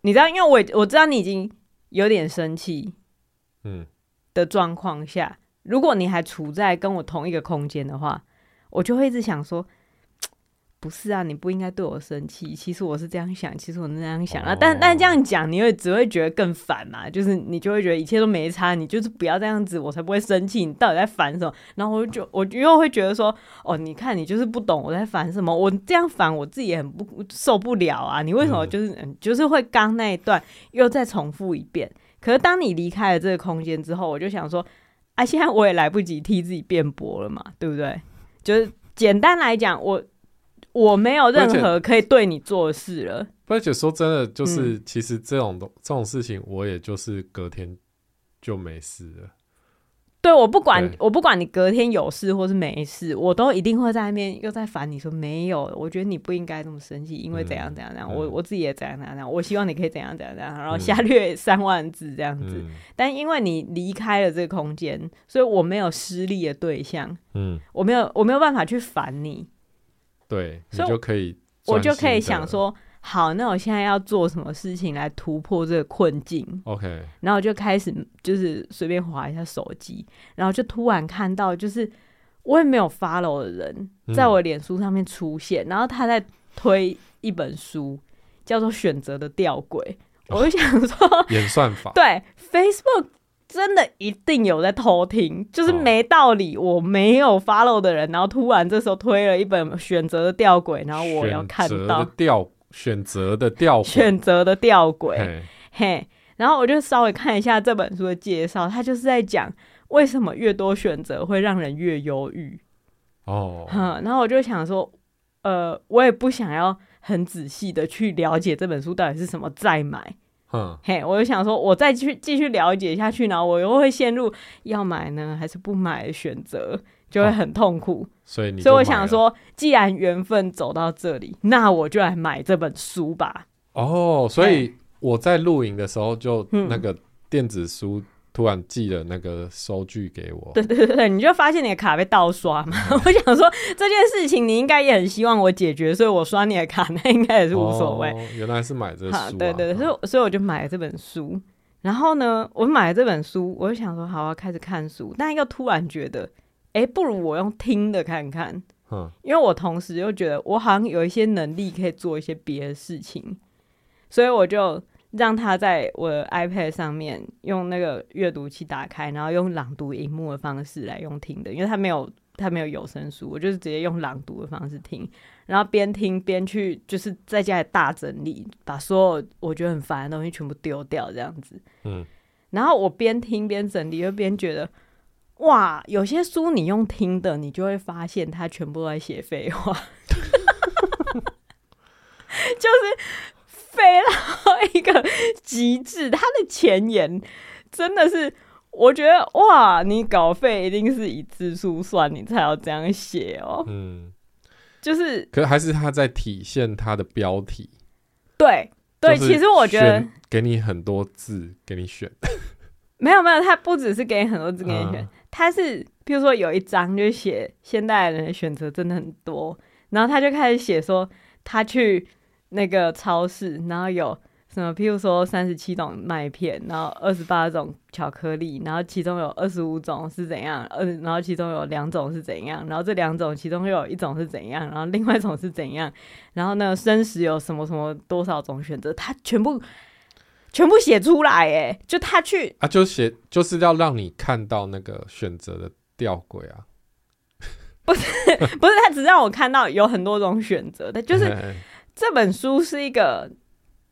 Speaker 1: 你知道，因为我我知道你已经有点生气
Speaker 2: 嗯，
Speaker 1: 的状况下，如果你还处在跟我同一个空间的话，我就会一直想说，不是啊，你不应该对我生气。其实我是这样想，其实我是那样想啊。
Speaker 2: 哦
Speaker 1: 但但这样讲，你会只会觉得更烦嘛？就是你就会觉得一切都没差，你就是不要这样子，我才不会生气。你到底在烦什么？然后我就我又会觉得说，哦，你看你就是不懂我在烦什么，我这样烦我自己也很不受不了啊。你为什么
Speaker 2: 嗯
Speaker 1: 就是、嗯就是会刚那一段又再重复一遍？可是当你离开了这个空间之后，我就想说，啊，现在我也来不及替自己辩驳了嘛，对不对？就是简单来讲，我我没有任何可以对你做的事了。
Speaker 2: 而且说真的，
Speaker 1: 嗯
Speaker 2: 就是、其实这种东这种事情，我也就是隔天就没事了。
Speaker 1: 对我不管
Speaker 2: 对，
Speaker 1: 我不管你隔天有事或是没事，我都一定会在那边又在烦你说没有，我觉得你不应该这么生气，因为怎样怎样怎样，
Speaker 2: 嗯
Speaker 1: 我我自己也怎样怎样怎样，我希望你可以怎样怎样怎样，然后
Speaker 2: 嗯
Speaker 1: 下略三万字这样子。
Speaker 2: 嗯
Speaker 1: 但因为你离开了这个空间，所以我没有失利的对象，
Speaker 2: 嗯，
Speaker 1: 我没有我没有办法去烦你，
Speaker 2: 对，你
Speaker 1: 所以
Speaker 2: 就可以，
Speaker 1: 我就可以想。说，好，那我现在要做什么事情来突破这个困境？
Speaker 2: OK，
Speaker 1: 然后我就开始就是随便划一下手机，然后就突然看到，就是我也没有 follow 的人
Speaker 2: 嗯
Speaker 1: 在我脸书上面出现，然后他在推一本书，叫做《选择的吊诡》，我就想说，
Speaker 2: 嗯演算法，
Speaker 1: 对 Facebook 真的一定有在偷听，就是
Speaker 2: 哦
Speaker 1: 没道理，我没有 follow 的人，然后突然这时候推了一本《选择的吊诡》，然后我要看
Speaker 2: 选择
Speaker 1: 到
Speaker 2: 的吊选择的吊
Speaker 1: 选择的吊 诡，
Speaker 2: 嘿
Speaker 1: 嘿，然后我就稍微看一下这本书的介绍，它就是在讲为什么越多选择会让人越忧郁。
Speaker 2: 哦，
Speaker 1: 嗯，然后我就想说，呃，我也不想要很仔细的去了解这本书到底是什么再买。
Speaker 2: 哼，
Speaker 1: 嘿，我就想说，我再去继续了解下去，然后我又会陷入要买呢还是不买的选择，就会很痛苦。
Speaker 2: 所以哦你就
Speaker 1: 所以我
Speaker 2: 买
Speaker 1: 想
Speaker 2: 了，
Speaker 1: 说，既然缘分走到这里，那我就来买这本书吧。
Speaker 2: 哦，所以我在录影的时候就
Speaker 1: 嗯
Speaker 2: 那个电子书突然寄了那个收据给我，
Speaker 1: 对对对对，你就发现你的卡被盗刷嘛。
Speaker 2: 嗯
Speaker 1: 我想说这件事情，你应该也很希望我解决，所以我刷你的卡，那应该也是无所谓。
Speaker 2: 哦原来是买这书、
Speaker 1: 好，
Speaker 2: 啊，
Speaker 1: 对对对，所以
Speaker 2: 嗯
Speaker 1: 我所以我就买了这本书。然后呢，我买了这本书，我就想说，好，我要开始看书，但又突然觉得，哎，不如我用听的看看，
Speaker 2: 哼，
Speaker 1: 因为我同时又觉得我好像有一些能力可以做一些别的事情，所以我就让它在我的 iPad 上面用那个阅读器打开，然后用朗读荧幕的方式来用听的，因为它没有它没有有声书，我就是直接用朗读的方式听，然后边听边去就是在家里大整理，把所有我觉得很烦的东西全部丢掉这样子。
Speaker 2: 嗯，
Speaker 1: 然后我边听边整理，又边觉得。哇，有些书你用听的，你就会发现它全部都在写废 话，就是废到一个极致。它的前言真的是，我觉得哇，你稿费一定是以字数算，你才要这样写哦。
Speaker 2: 嗯，
Speaker 1: 就是
Speaker 2: 可还是他在体现他的标题，
Speaker 1: 对对，
Speaker 2: 就是
Speaker 1: 其实我觉得
Speaker 2: 选给你很多字给你选，
Speaker 1: 没有没有，它不只是给你很多字给你选
Speaker 2: 嗯，
Speaker 1: 它是比如说有一章就写现代人的选择真的很多，然后他就开始写说他去那个超市，然后有什么，譬如说三十七种麦片，然后二十八种巧克力，然后其中有二十五种是怎样，二然后其中有两种是怎样，然后这两种其中又有一种是怎样，然后另外一种是怎样，然后呢生食有什么什么多少种选择，他全部全部写出来，哎，就他去
Speaker 2: 啊，就写就是要让你看到那个选择的吊诡啊，
Speaker 1: 不是他只让我看到有很多种选择，但就是
Speaker 2: 嘿嘿
Speaker 1: 这本书是一个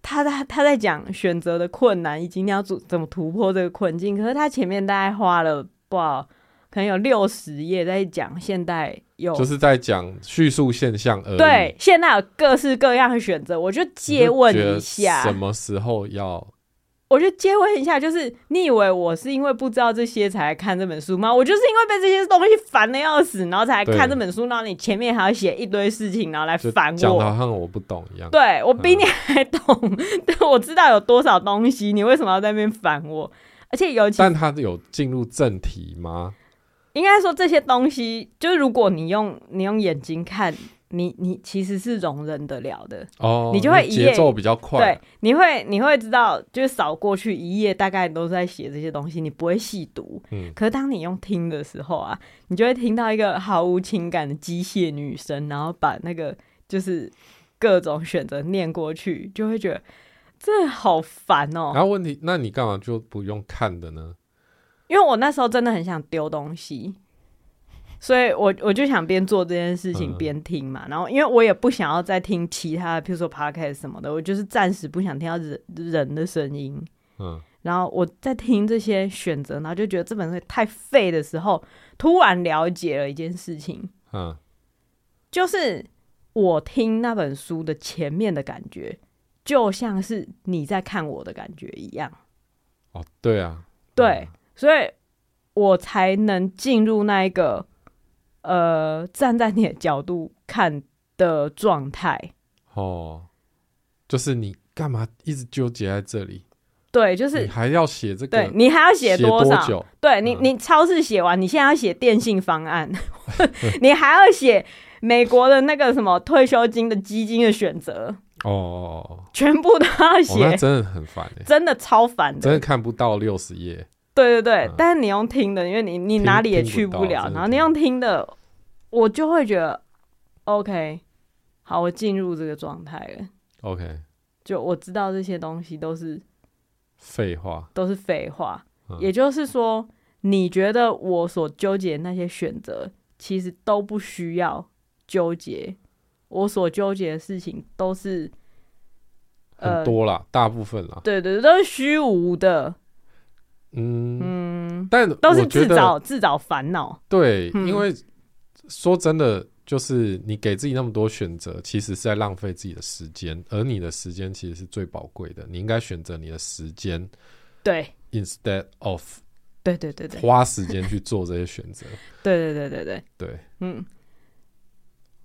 Speaker 1: 他他他在讲选择的困难，以及你要怎怎么突破这个困境。可是他前面大概花了不好，可能有六十页在讲现代有、
Speaker 2: 就是在讲叙述现象而已。
Speaker 1: 对现代有各式各样的选择。我就
Speaker 2: 你
Speaker 1: 借
Speaker 2: 就
Speaker 1: 问
Speaker 2: 觉得
Speaker 1: 一下，
Speaker 2: 什么时候要？
Speaker 1: 我就接问一下，就是你以为我是因为不知道这些才来看这本书吗？我就是因为被这些东西烦的要死，然后才来看
Speaker 2: 对
Speaker 1: 这本书。然后你前面还要写一堆事情，然后来
Speaker 2: 就
Speaker 1: 烦
Speaker 2: 讲的
Speaker 1: 我。
Speaker 2: 好像我不懂一样。
Speaker 1: 对我比你还懂， 对我知道有多少东西，你为什么要在那边烦我？而且尤其
Speaker 2: 但他有进入正题吗？
Speaker 1: 应该说这些东西，就是如果你用你用眼睛看，你你其实是容忍得了的。
Speaker 2: 哦，
Speaker 1: 你就会一页
Speaker 2: 节奏比较快
Speaker 1: 对。，你会你会知道，就是扫过去一页，大概都是在写这些东西，你不会细读。
Speaker 2: 嗯
Speaker 1: 可是当你用听的时候啊，你就会听到一个毫无情感的机械女声，然后把那个就是各种选择念过去，就会觉得这好烦哦、
Speaker 2: 然后问题，那你干嘛就不用看的呢？
Speaker 1: 因为我那时候真的很想丢东西，所以我我就想边做这件事情
Speaker 2: 嗯
Speaker 1: 边听嘛。然后因为我也不想要再听其他的，譬如说 podcast 什么的，我就是暂时不想听到人人的声音。
Speaker 2: 嗯，
Speaker 1: 然后我在听这些选择，然后就觉得这本书太废的时候，突然了解了一件事情，
Speaker 2: 嗯，
Speaker 1: 就是我听那本书的前面的感觉，就像是你在看我的感觉一样。
Speaker 2: 哦，对啊，
Speaker 1: 对，所以我才能进入那一个呃站在你的角度看的状态。
Speaker 2: 哦，就是你干嘛一直纠结在这里？
Speaker 1: 对，就是
Speaker 2: 你还要写这
Speaker 1: 对
Speaker 2: 个？
Speaker 1: 你还要写
Speaker 2: 多
Speaker 1: 少？
Speaker 2: 久？
Speaker 1: 对你，
Speaker 2: 嗯
Speaker 1: 你超市写完，你现在要写电信方 案， 你还要写美国的那个什么退休金的基金的选择，
Speaker 2: 哦哦哦，
Speaker 1: 全部都要
Speaker 2: 哦，那
Speaker 1: 写，
Speaker 2: 真的很烦哎、
Speaker 1: 真的超烦
Speaker 2: 真
Speaker 1: 的
Speaker 2: 的。看不到六十页。
Speaker 1: 对对对，
Speaker 2: 嗯
Speaker 1: 但是你用听的，因为你你
Speaker 2: 听
Speaker 1: 哪里也
Speaker 2: 听不
Speaker 1: 去
Speaker 2: 到
Speaker 1: 了
Speaker 2: 真，的
Speaker 1: 然后你
Speaker 2: 听
Speaker 1: 用听的，我就会觉得 OK，好，我进入这个状态了，
Speaker 2: OK，
Speaker 1: 就我知道这些东西都是
Speaker 2: 废话。
Speaker 1: 都是废话。
Speaker 2: 嗯
Speaker 1: 也就是说，你觉得我所纠结的那些选择，其实都不需要纠结。我所纠结的事情都是，
Speaker 2: 很多
Speaker 1: 呃
Speaker 2: 啦，大部分啦，
Speaker 1: 对对对，都是虚无的，
Speaker 2: 嗯，
Speaker 1: 嗯，
Speaker 2: 但
Speaker 1: 都是
Speaker 2: 我觉
Speaker 1: 自
Speaker 2: 得
Speaker 1: 找自找烦恼。
Speaker 2: 对，
Speaker 1: 嗯
Speaker 2: 因为说真的，就是你给自己那么多选择，其实是在浪费自己的时间，而你的时间其实是最宝贵的，你应该选择你的时间
Speaker 1: 对
Speaker 2: ，instead of
Speaker 1: 对对对对
Speaker 2: 花时间去做这些选择。
Speaker 1: 对对对对对，
Speaker 2: 对，
Speaker 1: 嗯。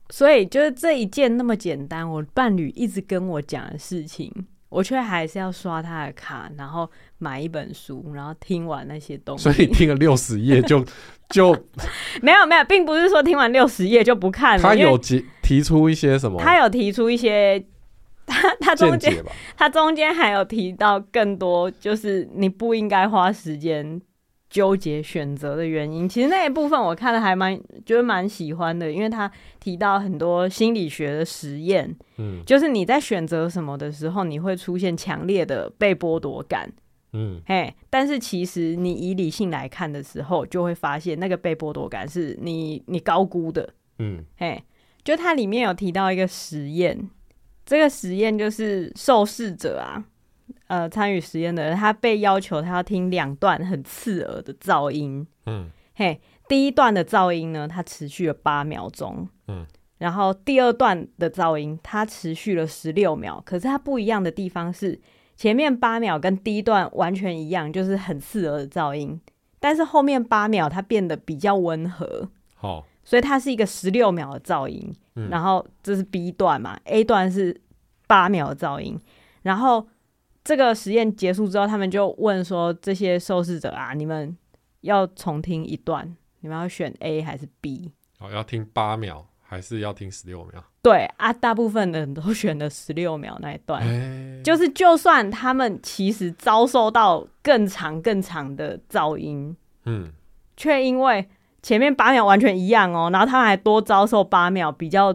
Speaker 1: 所以就是这一件那么简单，我伴侣一直跟我讲的事情，我却还是要刷他的卡，然后买一本书，然后听完那些东西。
Speaker 2: 所以听了六十页就就
Speaker 1: 没有没有，并不是说听完六十页就不看了，
Speaker 2: 他
Speaker 1: 因
Speaker 2: 有
Speaker 1: 为
Speaker 2: 提提出一些什么
Speaker 1: 他有提出一些，他他中
Speaker 2: 见
Speaker 1: 间
Speaker 2: 解吧？
Speaker 1: 他中间还有提到更多，就是你不应该花时间纠结选择的原因。其实那一部分我看了还蛮就是蛮喜欢的，因为他提到很多心理学的实验，
Speaker 2: 嗯
Speaker 1: 就是你在选择什么的时候，你会出现强烈的被剥夺感。
Speaker 2: 嗯，
Speaker 1: 嘿，但是其实你以理性来看的时候，就会发现那个被剥夺感是你你高估的。
Speaker 2: 嗯，
Speaker 1: 嘿，就它里面有提到一个实验，这个实验就是受试者啊，呃，参与实验的人，他被要求他要听两段很刺耳的噪音。
Speaker 2: 嗯，
Speaker 1: 嘿，第一段的噪音呢，它持续了八秒钟。
Speaker 2: 嗯。
Speaker 1: 然后第二段的噪音，它持续了十六秒，可是它不一样的地方是，前面八秒跟第一段完全一样，就是很刺耳的噪音，但是后面八秒它变得比较温和。
Speaker 2: 好，
Speaker 1: 所以它是一个十六秒的噪音，
Speaker 2: 嗯
Speaker 1: 然后这是 B 段嘛，A 段是八秒的噪音，然后这个实验结束之后，他们就问说这些受试者啊，你们要重听一段，你们要选 A 还是 B？
Speaker 2: 好，要听八秒还还是要听十六秒。
Speaker 1: 对啊，大部分的人都选了十六秒那一段，
Speaker 2: 哎，
Speaker 1: 就是就算他们其实遭受到更长更长的噪音，
Speaker 2: 嗯，
Speaker 1: 却因为前面八秒完全一样哦，然后他们还多遭受八秒比较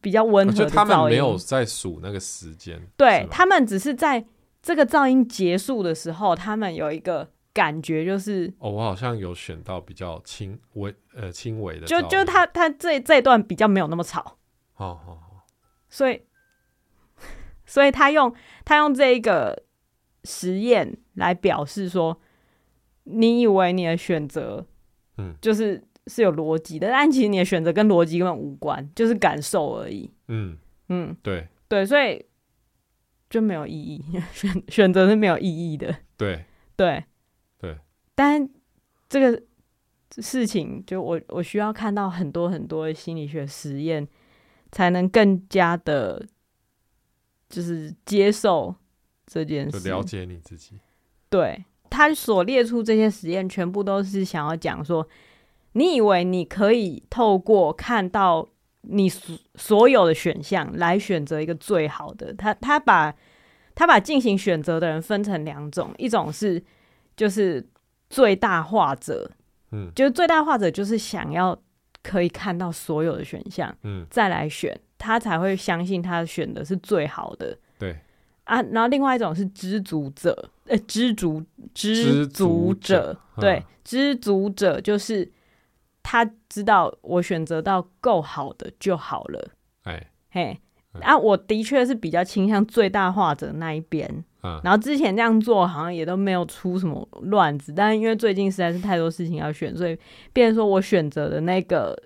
Speaker 1: 比较温和
Speaker 2: 哦就
Speaker 1: 的
Speaker 2: 他们
Speaker 1: 噪
Speaker 2: 没有
Speaker 1: 音。
Speaker 2: 在数那个时间，
Speaker 1: 对
Speaker 2: 是吧
Speaker 1: 他们只是在这个噪音结束的时候，他们有一个感觉，就是
Speaker 2: 哦，我好像有选到比较轻微呃轻微的噪
Speaker 1: 就
Speaker 2: 音，
Speaker 1: 就他他这这一段比较没有那么吵，
Speaker 2: 哦哦哦，
Speaker 1: 所以所以他用他用这一个实验来表示说，你以为你的选择，
Speaker 2: 嗯，
Speaker 1: 就是是有逻辑的，但其实你的选择跟逻辑根本无关，就是感受而已。
Speaker 2: 嗯，
Speaker 1: 嗯，
Speaker 2: 对
Speaker 1: 对，所以就没有意义，选选择是没有意义的。
Speaker 2: 对，
Speaker 1: 对，
Speaker 2: 对，
Speaker 1: 但这个事情，就我我需要看到很多很多的心理学实验，才能更加的，就是接受这件
Speaker 2: 就
Speaker 1: 事。
Speaker 2: 了解你自己，
Speaker 1: 对他所列出这些实验，全部都是想要讲说，你以为你可以透过看到你所所有的选项来选择一个最好的。他他把他把进行选择的人分成两种，一种是就是最大化者，
Speaker 2: 嗯
Speaker 1: 就是最大化者就是想要可以看到所有的选项
Speaker 2: 嗯，
Speaker 1: 再来选，他才会相信他选的是最好的。
Speaker 2: 对，
Speaker 1: 啊，然后另外一种是知足者，呃，知足
Speaker 2: 知
Speaker 1: 知足
Speaker 2: 足者嗯
Speaker 1: 者，嗯对，知足者就是他知道我选择到够好的就好了，
Speaker 2: 哎
Speaker 1: 嘿
Speaker 2: 嗯，
Speaker 1: 啊，我的确是比较倾向最大化者那一边，
Speaker 2: 啊，
Speaker 1: 然后之前这样做好像也都没有出什么乱子，但因为最近实在是太多事情要选，所以变成说我选择的那个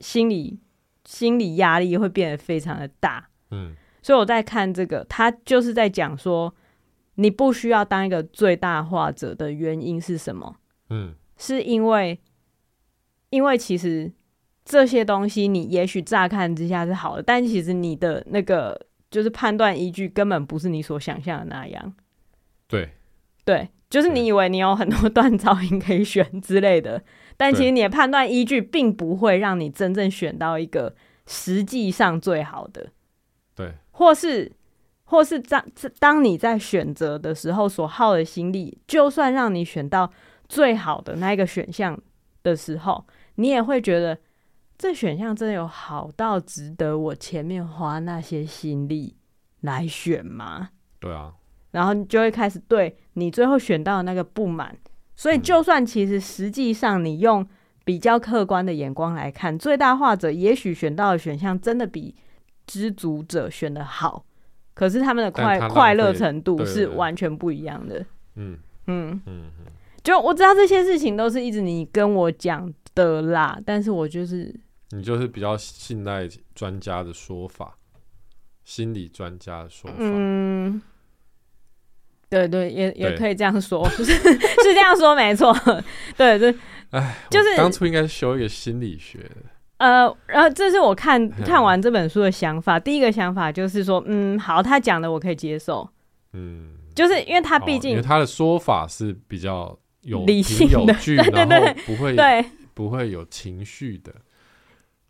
Speaker 1: 心理心理压力会变得非常的大，
Speaker 2: 嗯
Speaker 1: 所以我在看这个，他就是在讲说，你不需要当一个最大化者的原因是什么？
Speaker 2: 嗯
Speaker 1: 是因为，因为其实这些东西你也许乍看之下是好的，但其实你的那个就是判断依据根本不是你所想象的那样。
Speaker 2: 对，
Speaker 1: 对，就是
Speaker 2: 对
Speaker 1: 你以为你有很多 段噪音可以选之类的，但其实你的判断依据并不会让你真正选到一个实际上最好的。
Speaker 2: 对，
Speaker 1: 或是或是当当你在选择的时候所耗的心力，就算让你选到最好的那一个选项的时候，你也会觉得这选项真的有好到值得我前面花那些心力来选吗？
Speaker 2: 对啊，
Speaker 1: 然后你就会开始对你最后选到的那个不满。所
Speaker 2: 嗯
Speaker 1: 以，就算其实实际上你用比较客观的眼光来看，最大化者也许选到的选项真的比知足者选的好，可是他们的
Speaker 2: 但
Speaker 1: 快
Speaker 2: 他浪费
Speaker 1: 快乐程度
Speaker 2: 对对
Speaker 1: 是
Speaker 2: 对
Speaker 1: 完全不一样的。
Speaker 2: 嗯
Speaker 1: 嗯，
Speaker 2: 嗯嗯，
Speaker 1: 就我知道这些事情都是一直你跟我讲的啦，但是我就是
Speaker 2: 你就是比较信赖专家的说法，心理专家的说法，
Speaker 1: 嗯，对对，也也
Speaker 2: 对
Speaker 1: 可以这样说，就是 是这样说没错。对对，
Speaker 2: 哎，我
Speaker 1: 就是
Speaker 2: 当初应该修一个心理学，
Speaker 1: 呃，然后这是我 看
Speaker 2: 嗯
Speaker 1: 看完这本书的想法。第一个想法就是说，嗯，好，他讲的我可以接受，
Speaker 2: 嗯，
Speaker 1: 就是因为他毕
Speaker 2: 哦因
Speaker 1: 竟、
Speaker 2: 为他的说法是比较有
Speaker 1: 理
Speaker 2: 凭
Speaker 1: 性
Speaker 2: 有
Speaker 1: 的
Speaker 2: 据，
Speaker 1: 对对
Speaker 2: 然后不会
Speaker 1: 对，
Speaker 2: 不会有情绪的，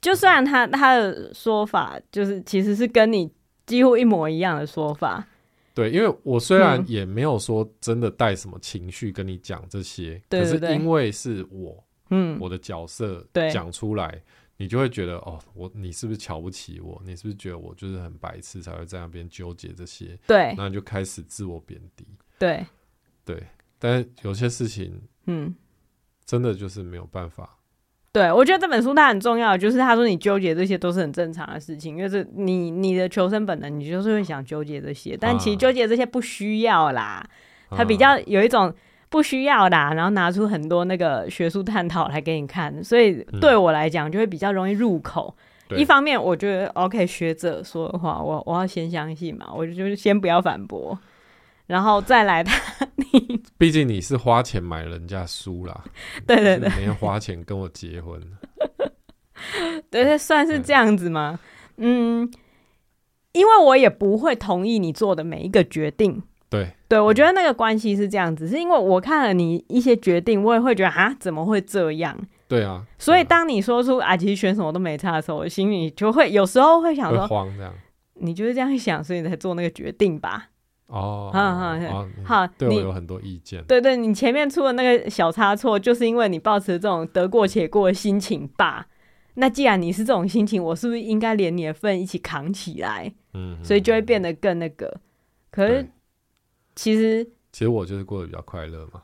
Speaker 1: 就虽然他他的说法就是其实是跟你几乎一模一样的说法，
Speaker 2: 对，因为我虽然
Speaker 1: 嗯
Speaker 2: 也没有说真的带什么情绪跟你讲这些，
Speaker 1: 对对
Speaker 2: 可是
Speaker 1: 对
Speaker 2: 因为是我
Speaker 1: 嗯，
Speaker 2: 我的角色
Speaker 1: 对
Speaker 2: 讲出来，你就会觉得哦，我你是不是瞧不起我？你是不是觉得我就是很白痴才会在那边纠结这些？
Speaker 1: 对
Speaker 2: 那你就开始自我贬低。
Speaker 1: 对，
Speaker 2: 对，但是有些事情
Speaker 1: 嗯。
Speaker 2: 真的就是没有办法。
Speaker 1: 对，我觉得这本书它很重要，就是他说你纠结这些都是很正常的事情，因为这你你的求生本能，你就是会想纠结这些，但其实
Speaker 2: 啊
Speaker 1: 纠结这些不需要啦。他
Speaker 2: 嗯
Speaker 1: 比较有一种不需要啦，然后拿出很多那个学术探讨来给你看，所以
Speaker 2: 嗯
Speaker 1: 对我来讲就会比较容易入口。
Speaker 2: 对
Speaker 1: 一方面，我觉得 OK 学者说的话，我我要先相信嘛，我就是先不要反驳，然后再来 他，
Speaker 2: 毕竟你是花钱买人家书啦，
Speaker 1: 对对
Speaker 2: 对，没有花钱跟我结婚，
Speaker 1: 对，算是这样子吗？嗯，因为我也不会同意你做的每一个决定，
Speaker 2: 对，
Speaker 1: 对，我觉得那个关系是这样子，是因为我看了你一些决定，我也会觉得啊，怎么会这样？
Speaker 2: 对啊，
Speaker 1: 所以
Speaker 2: 对啊
Speaker 1: 当你说出啊，其实选什么都没差的时候，我心里就会有时候会想
Speaker 2: 会
Speaker 1: 说，
Speaker 2: 慌这样。
Speaker 1: 你就是这样想，所以你才做那个决定吧。
Speaker 2: 哦，
Speaker 1: 嗯嗯
Speaker 2: 哦你
Speaker 1: 好，
Speaker 2: 对我
Speaker 1: 你
Speaker 2: 有很多意见。
Speaker 1: 对对，你前面出的那个小差错，就是因为你抱持这种得过且过的心情吧。那既然你是这种心情，我是不是应该连你的份一起扛起来？
Speaker 2: 嗯，
Speaker 1: 所以就会变
Speaker 2: 得。
Speaker 1: 得更那个。可是
Speaker 2: 对
Speaker 1: 其实，
Speaker 2: 其实我就是过得比较快乐嘛，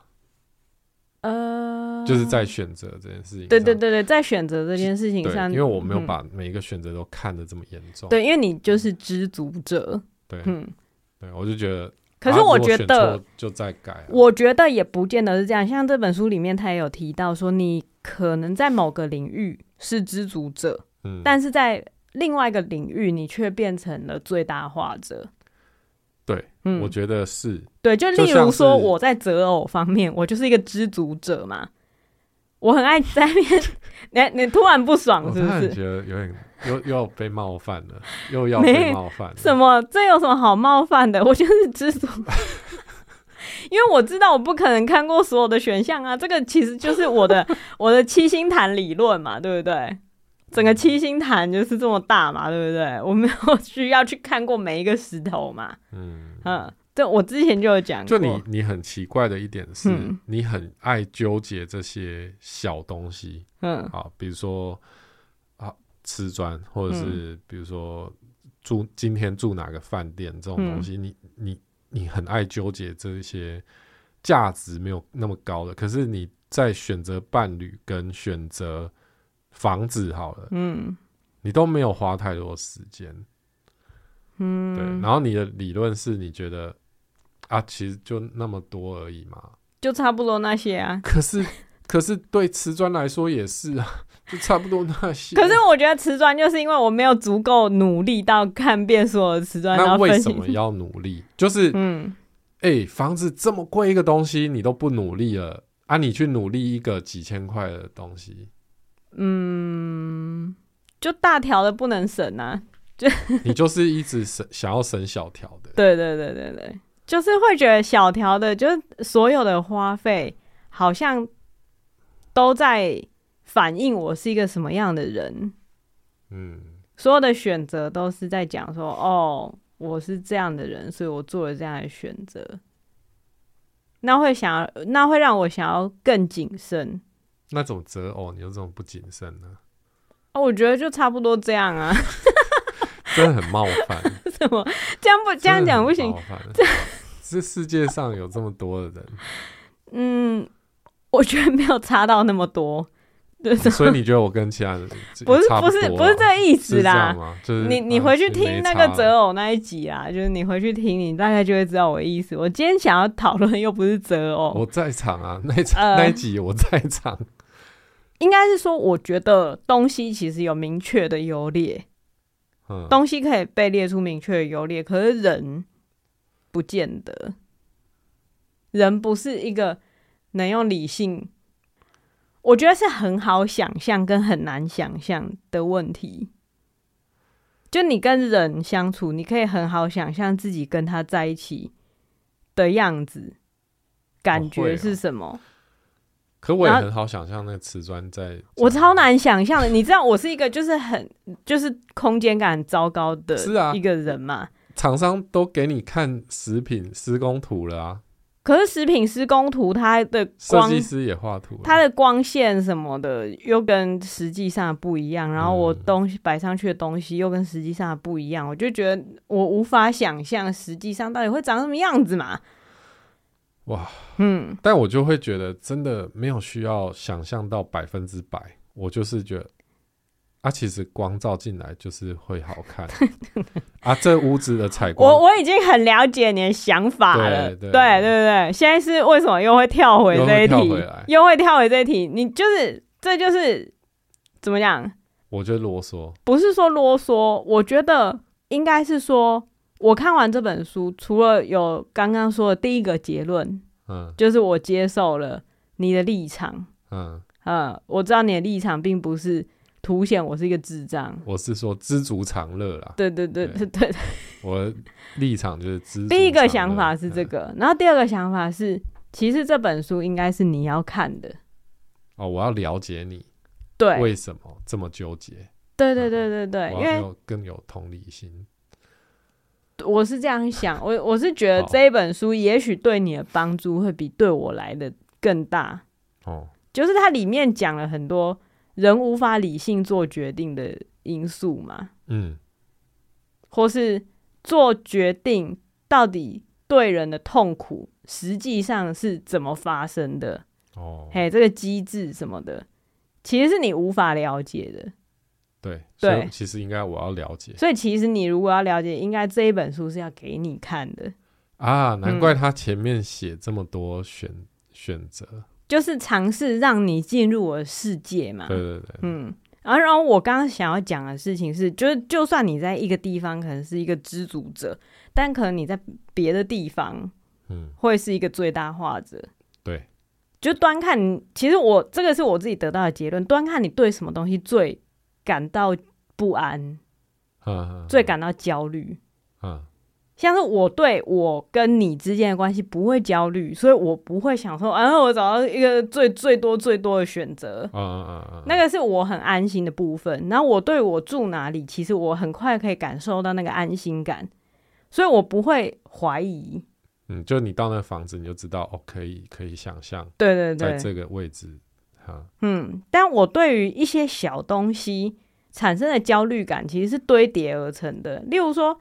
Speaker 1: 呃，
Speaker 2: 就是在选择这件事情。
Speaker 1: 对对。对对，在选择这件事情
Speaker 2: 对，
Speaker 1: 上，
Speaker 2: 因为我没有
Speaker 1: 嗯
Speaker 2: 把每一个选择都看得这么严重。
Speaker 1: 对，因为你就是知足者，
Speaker 2: 对
Speaker 1: 嗯。
Speaker 2: 对，我就觉得。
Speaker 1: 可
Speaker 2: 啊
Speaker 1: 是
Speaker 2: 如
Speaker 1: 我
Speaker 2: 果
Speaker 1: 觉
Speaker 2: 选
Speaker 1: 得，
Speaker 2: 错就再改啊。
Speaker 1: 我觉得也不见得是这样。像这本书里面，他也有提到说，你可能在某个领域是知足者，
Speaker 2: 嗯，
Speaker 1: 但是在另外一个领域，你却变成了最大化者。
Speaker 2: 对，
Speaker 1: 嗯
Speaker 2: 我，觉得是
Speaker 1: 对，就
Speaker 2: 就
Speaker 1: 例
Speaker 2: 像
Speaker 1: 如说，
Speaker 2: 是
Speaker 1: 我在择偶方面，我就是一个知足者嘛。我很爱在那边，你你突然不爽
Speaker 2: 我
Speaker 1: 是
Speaker 2: 突
Speaker 1: 不
Speaker 2: 然
Speaker 1: 是？
Speaker 2: 觉得有点又又要被冒犯了，又要
Speaker 1: 没
Speaker 2: 被冒犯了。
Speaker 1: 什么？这有什么好冒犯的？我就是知 足，因为我知道我不可能看过所有的选项啊。这个其实就是我 的我的七星坛理论嘛，对不对？整个七星坛就是这么大嘛，对不对？我没有需要去看过每一个石头嘛，
Speaker 2: 嗯，
Speaker 1: 嗯，这我之前就有讲
Speaker 2: 就
Speaker 1: 过，
Speaker 2: 你你很奇怪的一点是，
Speaker 1: 嗯
Speaker 2: 你很爱纠结这些小东西
Speaker 1: 嗯
Speaker 2: 啊，比如说啊瓷砖，或者是
Speaker 1: 嗯
Speaker 2: 比如说住今天住哪个饭店这种东
Speaker 1: 嗯
Speaker 2: 西，你你你很爱纠结这一些价值没有那么高的，可是你在选择伴侣跟选择房子好了，
Speaker 1: 嗯
Speaker 2: 你都没有花太多时间。
Speaker 1: 嗯，
Speaker 2: 对，然后你的理论是你觉得啊，其实就那么多而已嘛。
Speaker 1: 就差不多那些啊。
Speaker 2: 可是，可是对瓷砖来说也是啊， 就差不多那些。
Speaker 1: 可是我觉得瓷砖就是因为我没有足够努力到看遍所有的瓷砖，然
Speaker 2: 那
Speaker 1: 后
Speaker 2: 为
Speaker 1: 分
Speaker 2: 什
Speaker 1: 析，
Speaker 2: 么要努力？就是
Speaker 1: 嗯
Speaker 2: 哎、房子这么贵一个东西，你都不努力了啊，你去努力一个几千块的 东西，
Speaker 1: 嗯，就大条的不能省啊。
Speaker 2: 你就是一直省想要省小条的。
Speaker 1: 对对对对对，就是会觉得小条的，就是所有的花费好像都在反映我是一个什么样的人，
Speaker 2: 嗯，
Speaker 1: 所有的选择都是在讲说，哦，我是这样的人，所以我做了这样的选择。那会想，那会让我想要更谨慎。
Speaker 2: 那种择偶，你又这种不谨慎呢、
Speaker 1: 哦，我觉得就差不多这样啊，
Speaker 2: 真的很冒犯。
Speaker 1: 什么这样不这样讲不行
Speaker 2: 真的。很冒犯。这世界上有这么多的 人，
Speaker 1: 嗯，我觉得没有差到那么多，就是
Speaker 2: 所以你觉得我跟其他人
Speaker 1: 不是
Speaker 2: 差
Speaker 1: 不
Speaker 2: 不
Speaker 1: 是
Speaker 2: 多啊
Speaker 1: 不是这个意思
Speaker 2: 是这样
Speaker 1: 啦。
Speaker 2: 吗？就是
Speaker 1: 你你
Speaker 2: 啊
Speaker 1: 回去
Speaker 2: 其实没
Speaker 1: 听那个
Speaker 2: 差
Speaker 1: 择偶那一集啊，就是你回去听，你大概就会知道我的意思。我今天想要讨论又不是择偶
Speaker 2: 我，在场啊， 那一场、
Speaker 1: 呃
Speaker 2: 那一集我在场，
Speaker 1: 应该是说我觉得东西其实有明确的优劣，
Speaker 2: 嗯，
Speaker 1: 东西可以被列出明确的优劣，可是人不见得，人不是一个能用理性，我觉得是很好想象跟很难想象的问题。就你跟人相处，你可以很好想象自己跟他在一起的样子，
Speaker 2: 哦
Speaker 1: 感
Speaker 2: 啊
Speaker 1: 觉是什么？
Speaker 2: 可我也
Speaker 1: 然后
Speaker 2: 很好想象那个瓷砖在，
Speaker 1: 我超，难想象的。你知道，我是一个就是很就是空间感很糟糕的
Speaker 2: 是啊
Speaker 1: 一个人嘛。
Speaker 2: 厂商都给你看食品施工图了啊，
Speaker 1: 可是食品施工图它的
Speaker 2: 设
Speaker 1: 光，
Speaker 2: 计师也画图了，
Speaker 1: 它的光线什么的又跟实际上不一样，然后我东西摆上去的东西又跟实际上的不一样，我就觉得我无法想象实际上到底会长什么样子嘛。
Speaker 2: 哇，
Speaker 1: 嗯，
Speaker 2: 但我就会觉得真的没有需要想象到百分之百，我就是觉得啊，其实光照进来就是会好 看啊，这屋子的采光，
Speaker 1: 我我已经很了解你的想法了，
Speaker 2: 对对
Speaker 1: 对对对现在是为什么又会跳回这一
Speaker 2: 又会跳
Speaker 1: 题
Speaker 2: 回来，
Speaker 1: 又会跳回这一题，你就是这就是怎么讲？
Speaker 2: 我就啰嗦，
Speaker 1: 不是说啰嗦，我觉得应该是说，我看完这本书，除了有刚刚说的第一个结论，
Speaker 2: 嗯
Speaker 1: 就是我接受了你的立场，
Speaker 2: 嗯，
Speaker 1: 呃，我知道你的立场并不是凸显我是一个智障，
Speaker 2: 我是说知足常乐啦，
Speaker 1: 对对对对
Speaker 2: 对
Speaker 1: 对，
Speaker 2: 我的立场就是知足常乐。
Speaker 1: 第一个想法是这
Speaker 2: 嗯、
Speaker 1: 个，然后第二个想法是，其实这本书应该是你要看的，
Speaker 2: 嗯哦，我要了解你，
Speaker 1: 对
Speaker 2: 为什么这么纠结？
Speaker 1: 对对对对对，因
Speaker 2: 我要
Speaker 1: 为
Speaker 2: 有更有同理心。
Speaker 1: 我是这样想，我我是觉得
Speaker 2: 好
Speaker 1: 这一本书也许对你的帮助会比对我来的更大，
Speaker 2: 哦，
Speaker 1: 就是它里面讲了很多人无法理性做决定的因素嘛，
Speaker 2: 嗯，
Speaker 1: 或是做决定到底对人的痛苦实际上是怎么发生的，
Speaker 2: 哦，
Speaker 1: 嘿，这个机制什么的，其实是你无法了解的。
Speaker 2: 对，
Speaker 1: 对
Speaker 2: 所以其实应该我要了解
Speaker 1: 所以其实你如果要了解，应该这一本书是要给你看的，
Speaker 2: 啊，难
Speaker 1: 嗯
Speaker 2: 怪他前面写这么多选选择，
Speaker 1: 就是尝试让你进入我的世界嘛。
Speaker 2: 对对对，
Speaker 1: 嗯，然后然后我刚刚想要讲的事情是，就是就算你在一个地方可能是一个知足者，但可能你在别的地方
Speaker 2: 嗯，
Speaker 1: 会是一个最大化者。
Speaker 2: 对，
Speaker 1: 就端看你，其实我这个是我自己得到的结论，端看你对什么东西最感到不安，
Speaker 2: 嗯，
Speaker 1: 最感到焦虑。
Speaker 2: 嗯，
Speaker 1: 像是我对我跟你之间的关系不会焦虑，所以我不会想说，啊，我找到一个最最多最多的选择
Speaker 2: 嗯，嗯嗯嗯，
Speaker 1: 那
Speaker 2: 个
Speaker 1: 个是我很安心的部分。然后我对我住哪里，其实我很快可以感受到那个安心感，所以我不会怀疑。
Speaker 2: 嗯，就你到那房子你就知道哦，可以可以想象
Speaker 1: 对对
Speaker 2: 在
Speaker 1: 对，
Speaker 2: 这个位置，哈，
Speaker 1: 嗯，但我对于一些小东西产生的焦虑感，其实是堆叠而成的。例如说，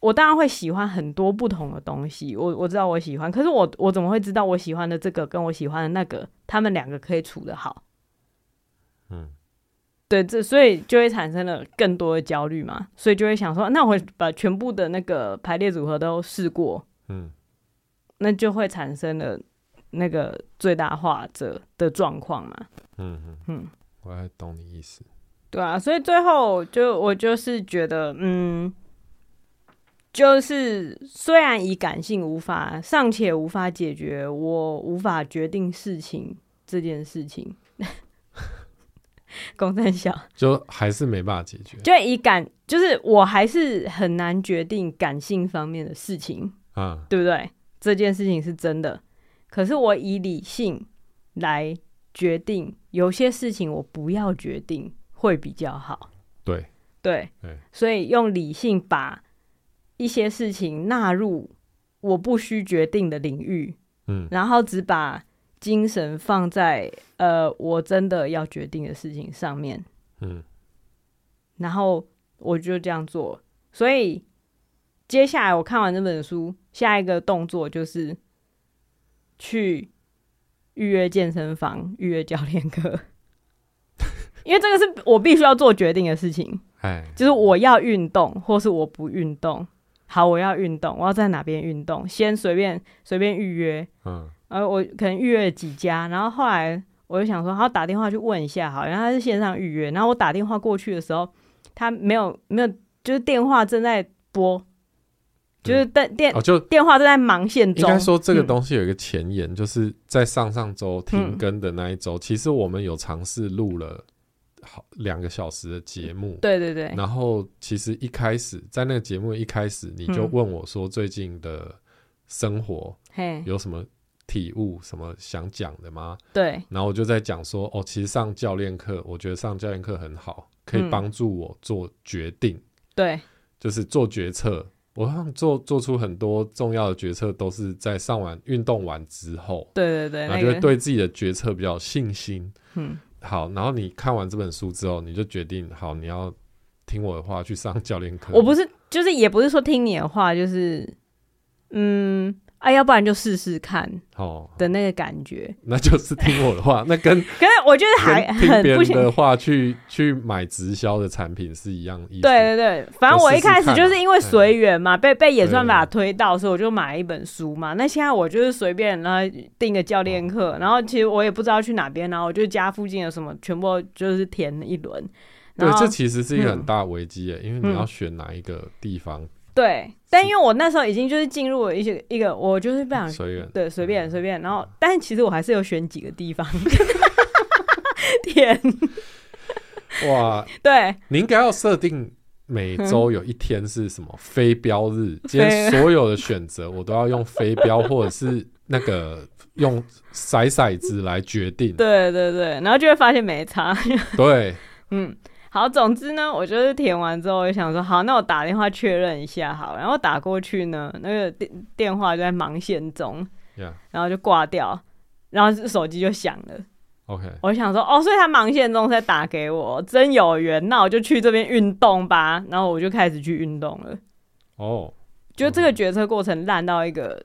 Speaker 1: 我当然会喜欢很多不同的东西，我我知道我喜欢，可是我我怎么会知道我喜欢的这个跟我喜欢的那个，他们两个可以处得好？
Speaker 2: 嗯，
Speaker 1: 对，这所以就会产生了更多的焦虑嘛，所以就会想说，那我把全部的那个排列组合都试过，
Speaker 2: 嗯，
Speaker 1: 那就会产生了那个最大化者的状况嘛。
Speaker 2: 嗯嗯
Speaker 1: 嗯，
Speaker 2: 我还懂你意思，
Speaker 1: 对啊，所以最后就我就是觉得，嗯，就是虽然以感性无法尚且无法解决我无法决定事情这件事情， 公三小
Speaker 2: 就还是没办法解决
Speaker 1: 就以感就是我还是很难决定感性方面的事情，
Speaker 2: 啊，
Speaker 1: 对不对？这件事情是真的，可是我以理性来决定，有些事情我不要决定会比较好。
Speaker 2: 对，
Speaker 1: 对，
Speaker 2: 对
Speaker 1: 所以用理性把一些事情纳入我不需决定的领域，
Speaker 2: 嗯
Speaker 1: 然后只把精神放在呃我真的要决定的事情上面，
Speaker 2: 嗯
Speaker 1: 然后我就这样做。所以接下来我看完这本书，下一个动作就是去预约健身房、预约教练课， 因为这个是我必须要做决定的事情。
Speaker 2: 哎，
Speaker 1: 就是我要运动，或是我不运动。好，我要运动，我要在哪边运动？先随便随便预约，
Speaker 2: 嗯
Speaker 1: 呃，我可能预约了几家，然后后来我就想说，好打电话去问一下，好，然后他是线上预约，然后我打电话过去的时候，他没有没有，就是电话正在拨，就是电电、
Speaker 2: 哦，就
Speaker 1: 电话正在忙线
Speaker 2: 应
Speaker 1: 中，
Speaker 2: 该说这个
Speaker 1: 嗯
Speaker 2: 东西有一个前言，就是在上上周停更的那一周，其实我们有尝试录了好两个小时的节目。
Speaker 1: 对对对，
Speaker 2: 然后其实一开始在那个节目一开始，你就问我说最近的生活
Speaker 1: 嘿，
Speaker 2: 有什么体悟，什么想讲的吗？
Speaker 1: 对
Speaker 2: 然后我就在讲说，哦，其实上教练课，我觉得上教练课很好，可以
Speaker 1: 嗯
Speaker 2: 帮助我做决定，
Speaker 1: 对
Speaker 2: 就是做决策。我好像做做出很多重要的决策，都是在上完运动完之后，
Speaker 1: 对对对，
Speaker 2: 然后
Speaker 1: 那
Speaker 2: 啊就会
Speaker 1: 个，
Speaker 2: 对自己的决策比较有信心。
Speaker 1: 嗯，
Speaker 2: 好，然后你看完这本书之后，你就决定好你要听我的话去上教练课。
Speaker 1: 我不是，就是也不是说听你的话，就是，嗯，啊，要不然就试试看
Speaker 2: 哦，
Speaker 1: 的那个感觉。
Speaker 2: 那就是听我的话，那跟
Speaker 1: 可是我觉得 还
Speaker 2: 跟听
Speaker 1: 很
Speaker 2: 别
Speaker 1: 不
Speaker 2: 人
Speaker 1: 行。
Speaker 2: 的话去去买直销的产品是一样意思。
Speaker 1: 对对对，反正我一开始就是因为随缘嘛，被被演算法
Speaker 2: 啊
Speaker 1: 推
Speaker 2: 对
Speaker 1: 到，所以我就买了一本书嘛。那现在我就是随便然后订个教练
Speaker 2: 哦
Speaker 1: 课，然后其实我也不知道去哪边，然后我就家附近的什么全部就是填了一轮。
Speaker 2: 对，
Speaker 1: 然后
Speaker 2: 这其实是一个很
Speaker 1: 嗯
Speaker 2: 大危机耶，因为你
Speaker 1: 嗯
Speaker 2: 要选哪一个地方
Speaker 1: 对，但因为我那时候已经就是进入了一些一个，我就是 不想
Speaker 2: 随缘。
Speaker 1: 对，随便随便。然后，但其实我还是有选几个地方 天，
Speaker 2: 哇，
Speaker 1: 对
Speaker 2: 你应该要设定每周有一 天是什么非标日，今天所有的选择我都要用非标或者是那个用骰骰子来决定。
Speaker 1: 对对对，然后就会发现没差。
Speaker 2: 对，
Speaker 1: 嗯，好，总之呢，我就是填完之后，我就想说，好，那我打电话确认一下好了，然后打过去呢，那个电电话就在忙线中，
Speaker 2: 呀
Speaker 1: 然后就挂掉，然后手机就响了。
Speaker 2: ，OK，
Speaker 1: 我想说，哦，所以他忙线中是在打给我，真有缘，那我就去这边运动吧。然后我就开始去运动了，
Speaker 2: 哦，
Speaker 1: 就这个决策过程烂到一个，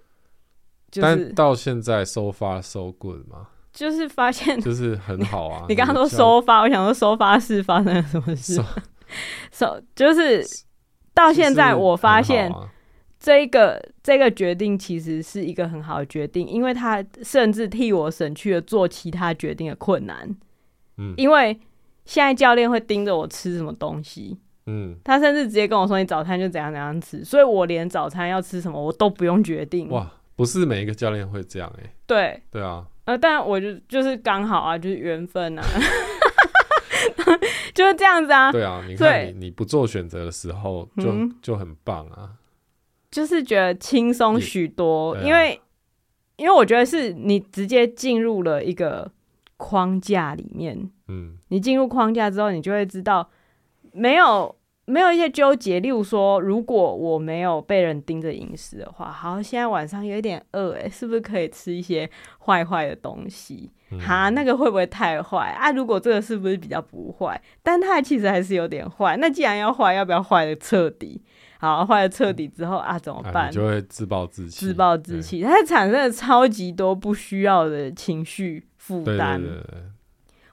Speaker 1: 就
Speaker 2: 但
Speaker 1: 是
Speaker 2: 到现在 so far so good 嘛，
Speaker 1: 就是发 现
Speaker 2: 就是很好啊
Speaker 1: 。你刚刚说
Speaker 2: 那个
Speaker 1: 收发，我想说收发是发生了什么事
Speaker 2: 收？
Speaker 1: 收就是 到
Speaker 2: 教，
Speaker 1: 现在我发现
Speaker 2: 就是很好啊
Speaker 1: 这个这个决定其实是一个很好的决定，因为它甚至替我省去了做其他决定的困难。
Speaker 2: 嗯
Speaker 1: 因为现在教练会盯着我吃什么东西，
Speaker 2: 嗯，
Speaker 1: 他甚至直接跟我说你早餐就怎样怎样吃，所以我连早餐要吃什么我都不用决定。
Speaker 2: 哇，不是每一个教练会这样哎、
Speaker 1: 对，
Speaker 2: 对啊，
Speaker 1: 呃，但我就就是刚好啊，就是缘分啊， 就是这样子啊，
Speaker 2: 对啊，你
Speaker 1: 对
Speaker 2: 看你你不做选择的时候就、
Speaker 1: 嗯
Speaker 2: 就很棒啊，
Speaker 1: 就是觉得轻松许多，
Speaker 2: 也对啊
Speaker 1: 因为因为我觉得是你直接进入了一个框架里面，
Speaker 2: 嗯
Speaker 1: 你进入框架之后，你就会知道没有没有一些纠结。例如说，如果我没有被人盯着饮食的话，好，现在晚上有一点饿，诶，是不是可以吃一些坏坏的东西？
Speaker 2: 嗯
Speaker 1: 哈，那个会不会太坏啊？如果这个是不是比较不坏？但它其实还是有点坏。那既然要坏，要不要坏的彻底？好，坏的彻底之后啊，怎么
Speaker 2: 啊
Speaker 1: 办？
Speaker 2: 你就会自暴自弃，
Speaker 1: 自暴自弃，它产生了超级多不需要的情绪负
Speaker 2: 对，对
Speaker 1: 担。
Speaker 2: 对对对，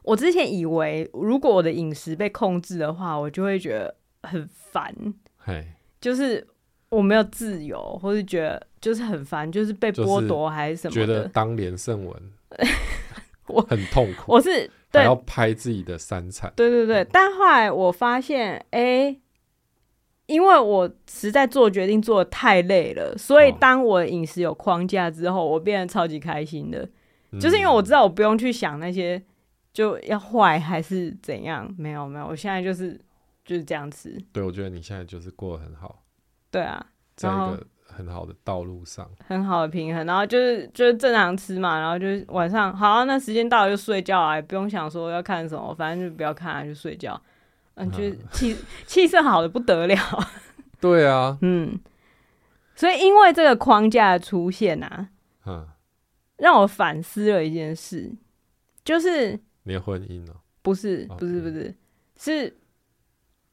Speaker 1: 我之前以为，如果我的饮食被控制的话，我就会觉得很烦，
Speaker 2: 嘿，
Speaker 1: 就是我没有自由，或是觉得就是很烦，就是被剥夺还是什么
Speaker 2: 觉
Speaker 1: 的。
Speaker 2: 得当连胜文
Speaker 1: 我
Speaker 2: 很痛苦，
Speaker 1: 我是对
Speaker 2: 还要拍自己的三产，
Speaker 1: 对对对，但后来我发现，哎、因为我实在做决定做的太累了，所以
Speaker 2: 哦
Speaker 1: 当我的饮食有框架之后，我变得超级开心的，就是因为我
Speaker 2: 嗯
Speaker 1: 知道我不用去想那些就要坏还是怎样，没有没有，我现在就是就是这样吃，
Speaker 2: 嗯对我觉得你现在就是过得很好，
Speaker 1: 对啊，
Speaker 2: 在一
Speaker 1: 然后
Speaker 2: 个很好的道路上，
Speaker 1: 很好的平衡，然后就是就是正常吃嘛，然后就是晚上好、啊那时间到了就睡觉啊，也不用想说要看什么，反正就不要看啊，就睡觉。嗯，就是气气色好的不得了，
Speaker 2: 对啊，
Speaker 1: 嗯，所以因为这个框架的出现啊，
Speaker 2: 嗯，
Speaker 1: 让我反思了一件事，就是
Speaker 2: 你的婚姻哦，
Speaker 1: 不是
Speaker 2: OK
Speaker 1: 不是不是是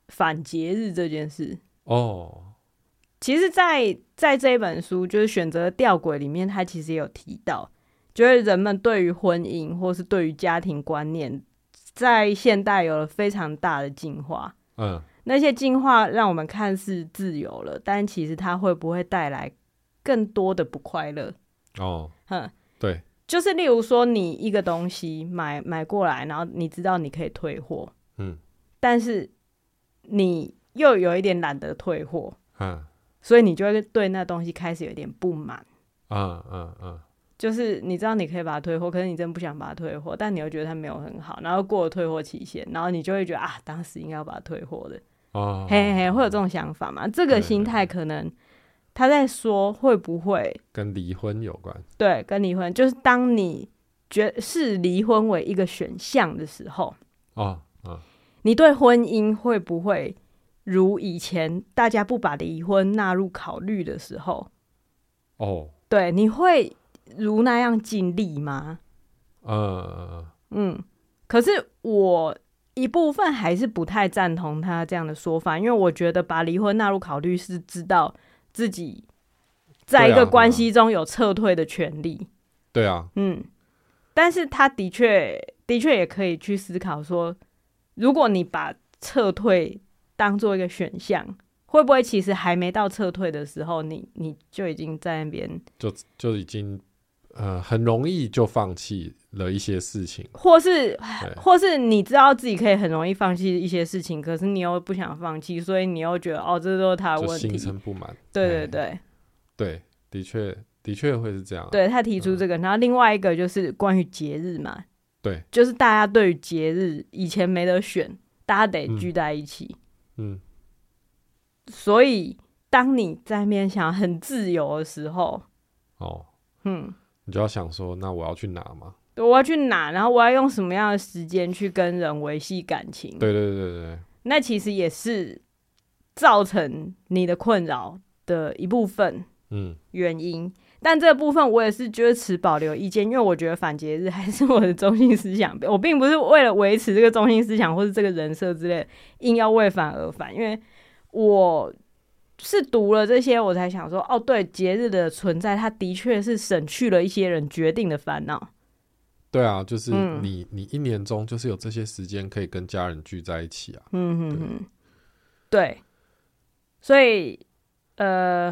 Speaker 1: 反节日这件事。
Speaker 2: 哦，
Speaker 1: 其实在，在这一本书就是《选择的吊诡》里面，它其实也有提到，就是人们对于婚姻或是对于家庭观念，在现代有了非常大的进化。
Speaker 2: 嗯，
Speaker 1: 那些进化让我们看似自由了，但其实它会不会带来更多的不快乐？
Speaker 2: 哦，
Speaker 1: 哼，
Speaker 2: 对，
Speaker 1: 就是例如说，你一个东西买买过来，然后你知道你可以退货，
Speaker 2: 嗯，
Speaker 1: 但是你又有一点懒得退货，
Speaker 2: 嗯，
Speaker 1: 所以你就会对那东西开始有点不满。
Speaker 2: 嗯嗯嗯，
Speaker 1: 就是你知道你可以把它退货，可是你真的不想把它退货，但你又觉得它没有很好，然后过了退货期限，然后你就会觉得啊，当时应该要把它退货的，
Speaker 2: 哦，
Speaker 1: 嘿嘿嘿，会有这种想法嘛？这
Speaker 2: 对
Speaker 1: 个
Speaker 2: 对
Speaker 1: 心态可能他在说会不会
Speaker 2: 跟离婚有关，
Speaker 1: 对，跟离婚就是当你觉视离婚为一个选项的时候，
Speaker 2: 哦，嗯，
Speaker 1: 你对婚姻会不会如以前大家不把离婚纳入考虑的时候，
Speaker 2: 哦，
Speaker 1: 对，你会如那样尽力吗？
Speaker 2: 嗯嗯嗯，
Speaker 1: 嗯，可是我一部分还是不太赞同他这样的说法，因为我觉得把离婚纳入考虑是知道自己在一
Speaker 2: 对啊
Speaker 1: 个关系中有撤退的权利。
Speaker 2: 对啊，
Speaker 1: 嗯，但是他的确的确也可以去思考说，如果你把撤退当做一个选项，会不会其实还没到撤退的时候，你你就已经在那边，
Speaker 2: 就就已经。呃，很容易就放弃了一些事情，
Speaker 1: 或是
Speaker 2: 对
Speaker 1: 或是你知道自己可以很容易放弃一些事情，可是你又不想放弃，所以你又觉得哦，这都是他的
Speaker 2: 就
Speaker 1: 问
Speaker 2: 心
Speaker 1: 题。
Speaker 2: 生不满。
Speaker 1: 对
Speaker 2: 哎
Speaker 1: 对对
Speaker 2: 对，的确的确会是这样啊。
Speaker 1: 对，他提出这个，然后另外一个就是关于节日嘛，
Speaker 2: 对，
Speaker 1: 就是大家对于节日以前没得选，大家得
Speaker 2: 嗯
Speaker 1: 聚在一起，
Speaker 2: 嗯，
Speaker 1: 所以当你在面想很自由的时候，
Speaker 2: 哦，
Speaker 1: 嗯，
Speaker 2: 你就要想说，那我要去哪嘛？
Speaker 1: 对我要去哪，然后我要用什么样的时间去跟人维系感情？
Speaker 2: 对对对对对，
Speaker 1: 那其实也是造成你的困扰的一部分
Speaker 2: 嗯，
Speaker 1: 原因。但这部分我也是就是持保留意见，因为我觉得反节日还是我的中心思想，我并不是为了维持这个中心思想或是这个人设之类，硬要为反而反。因为我是读了这些，我才想说，哦，对，节日的存在，它的确是省去了一些人决定的烦恼。
Speaker 2: 对啊，就是
Speaker 1: 嗯
Speaker 2: 你你一年中就是有这些时间可以跟家人聚在一起啊。
Speaker 1: 嗯哼哼，对，所以呃，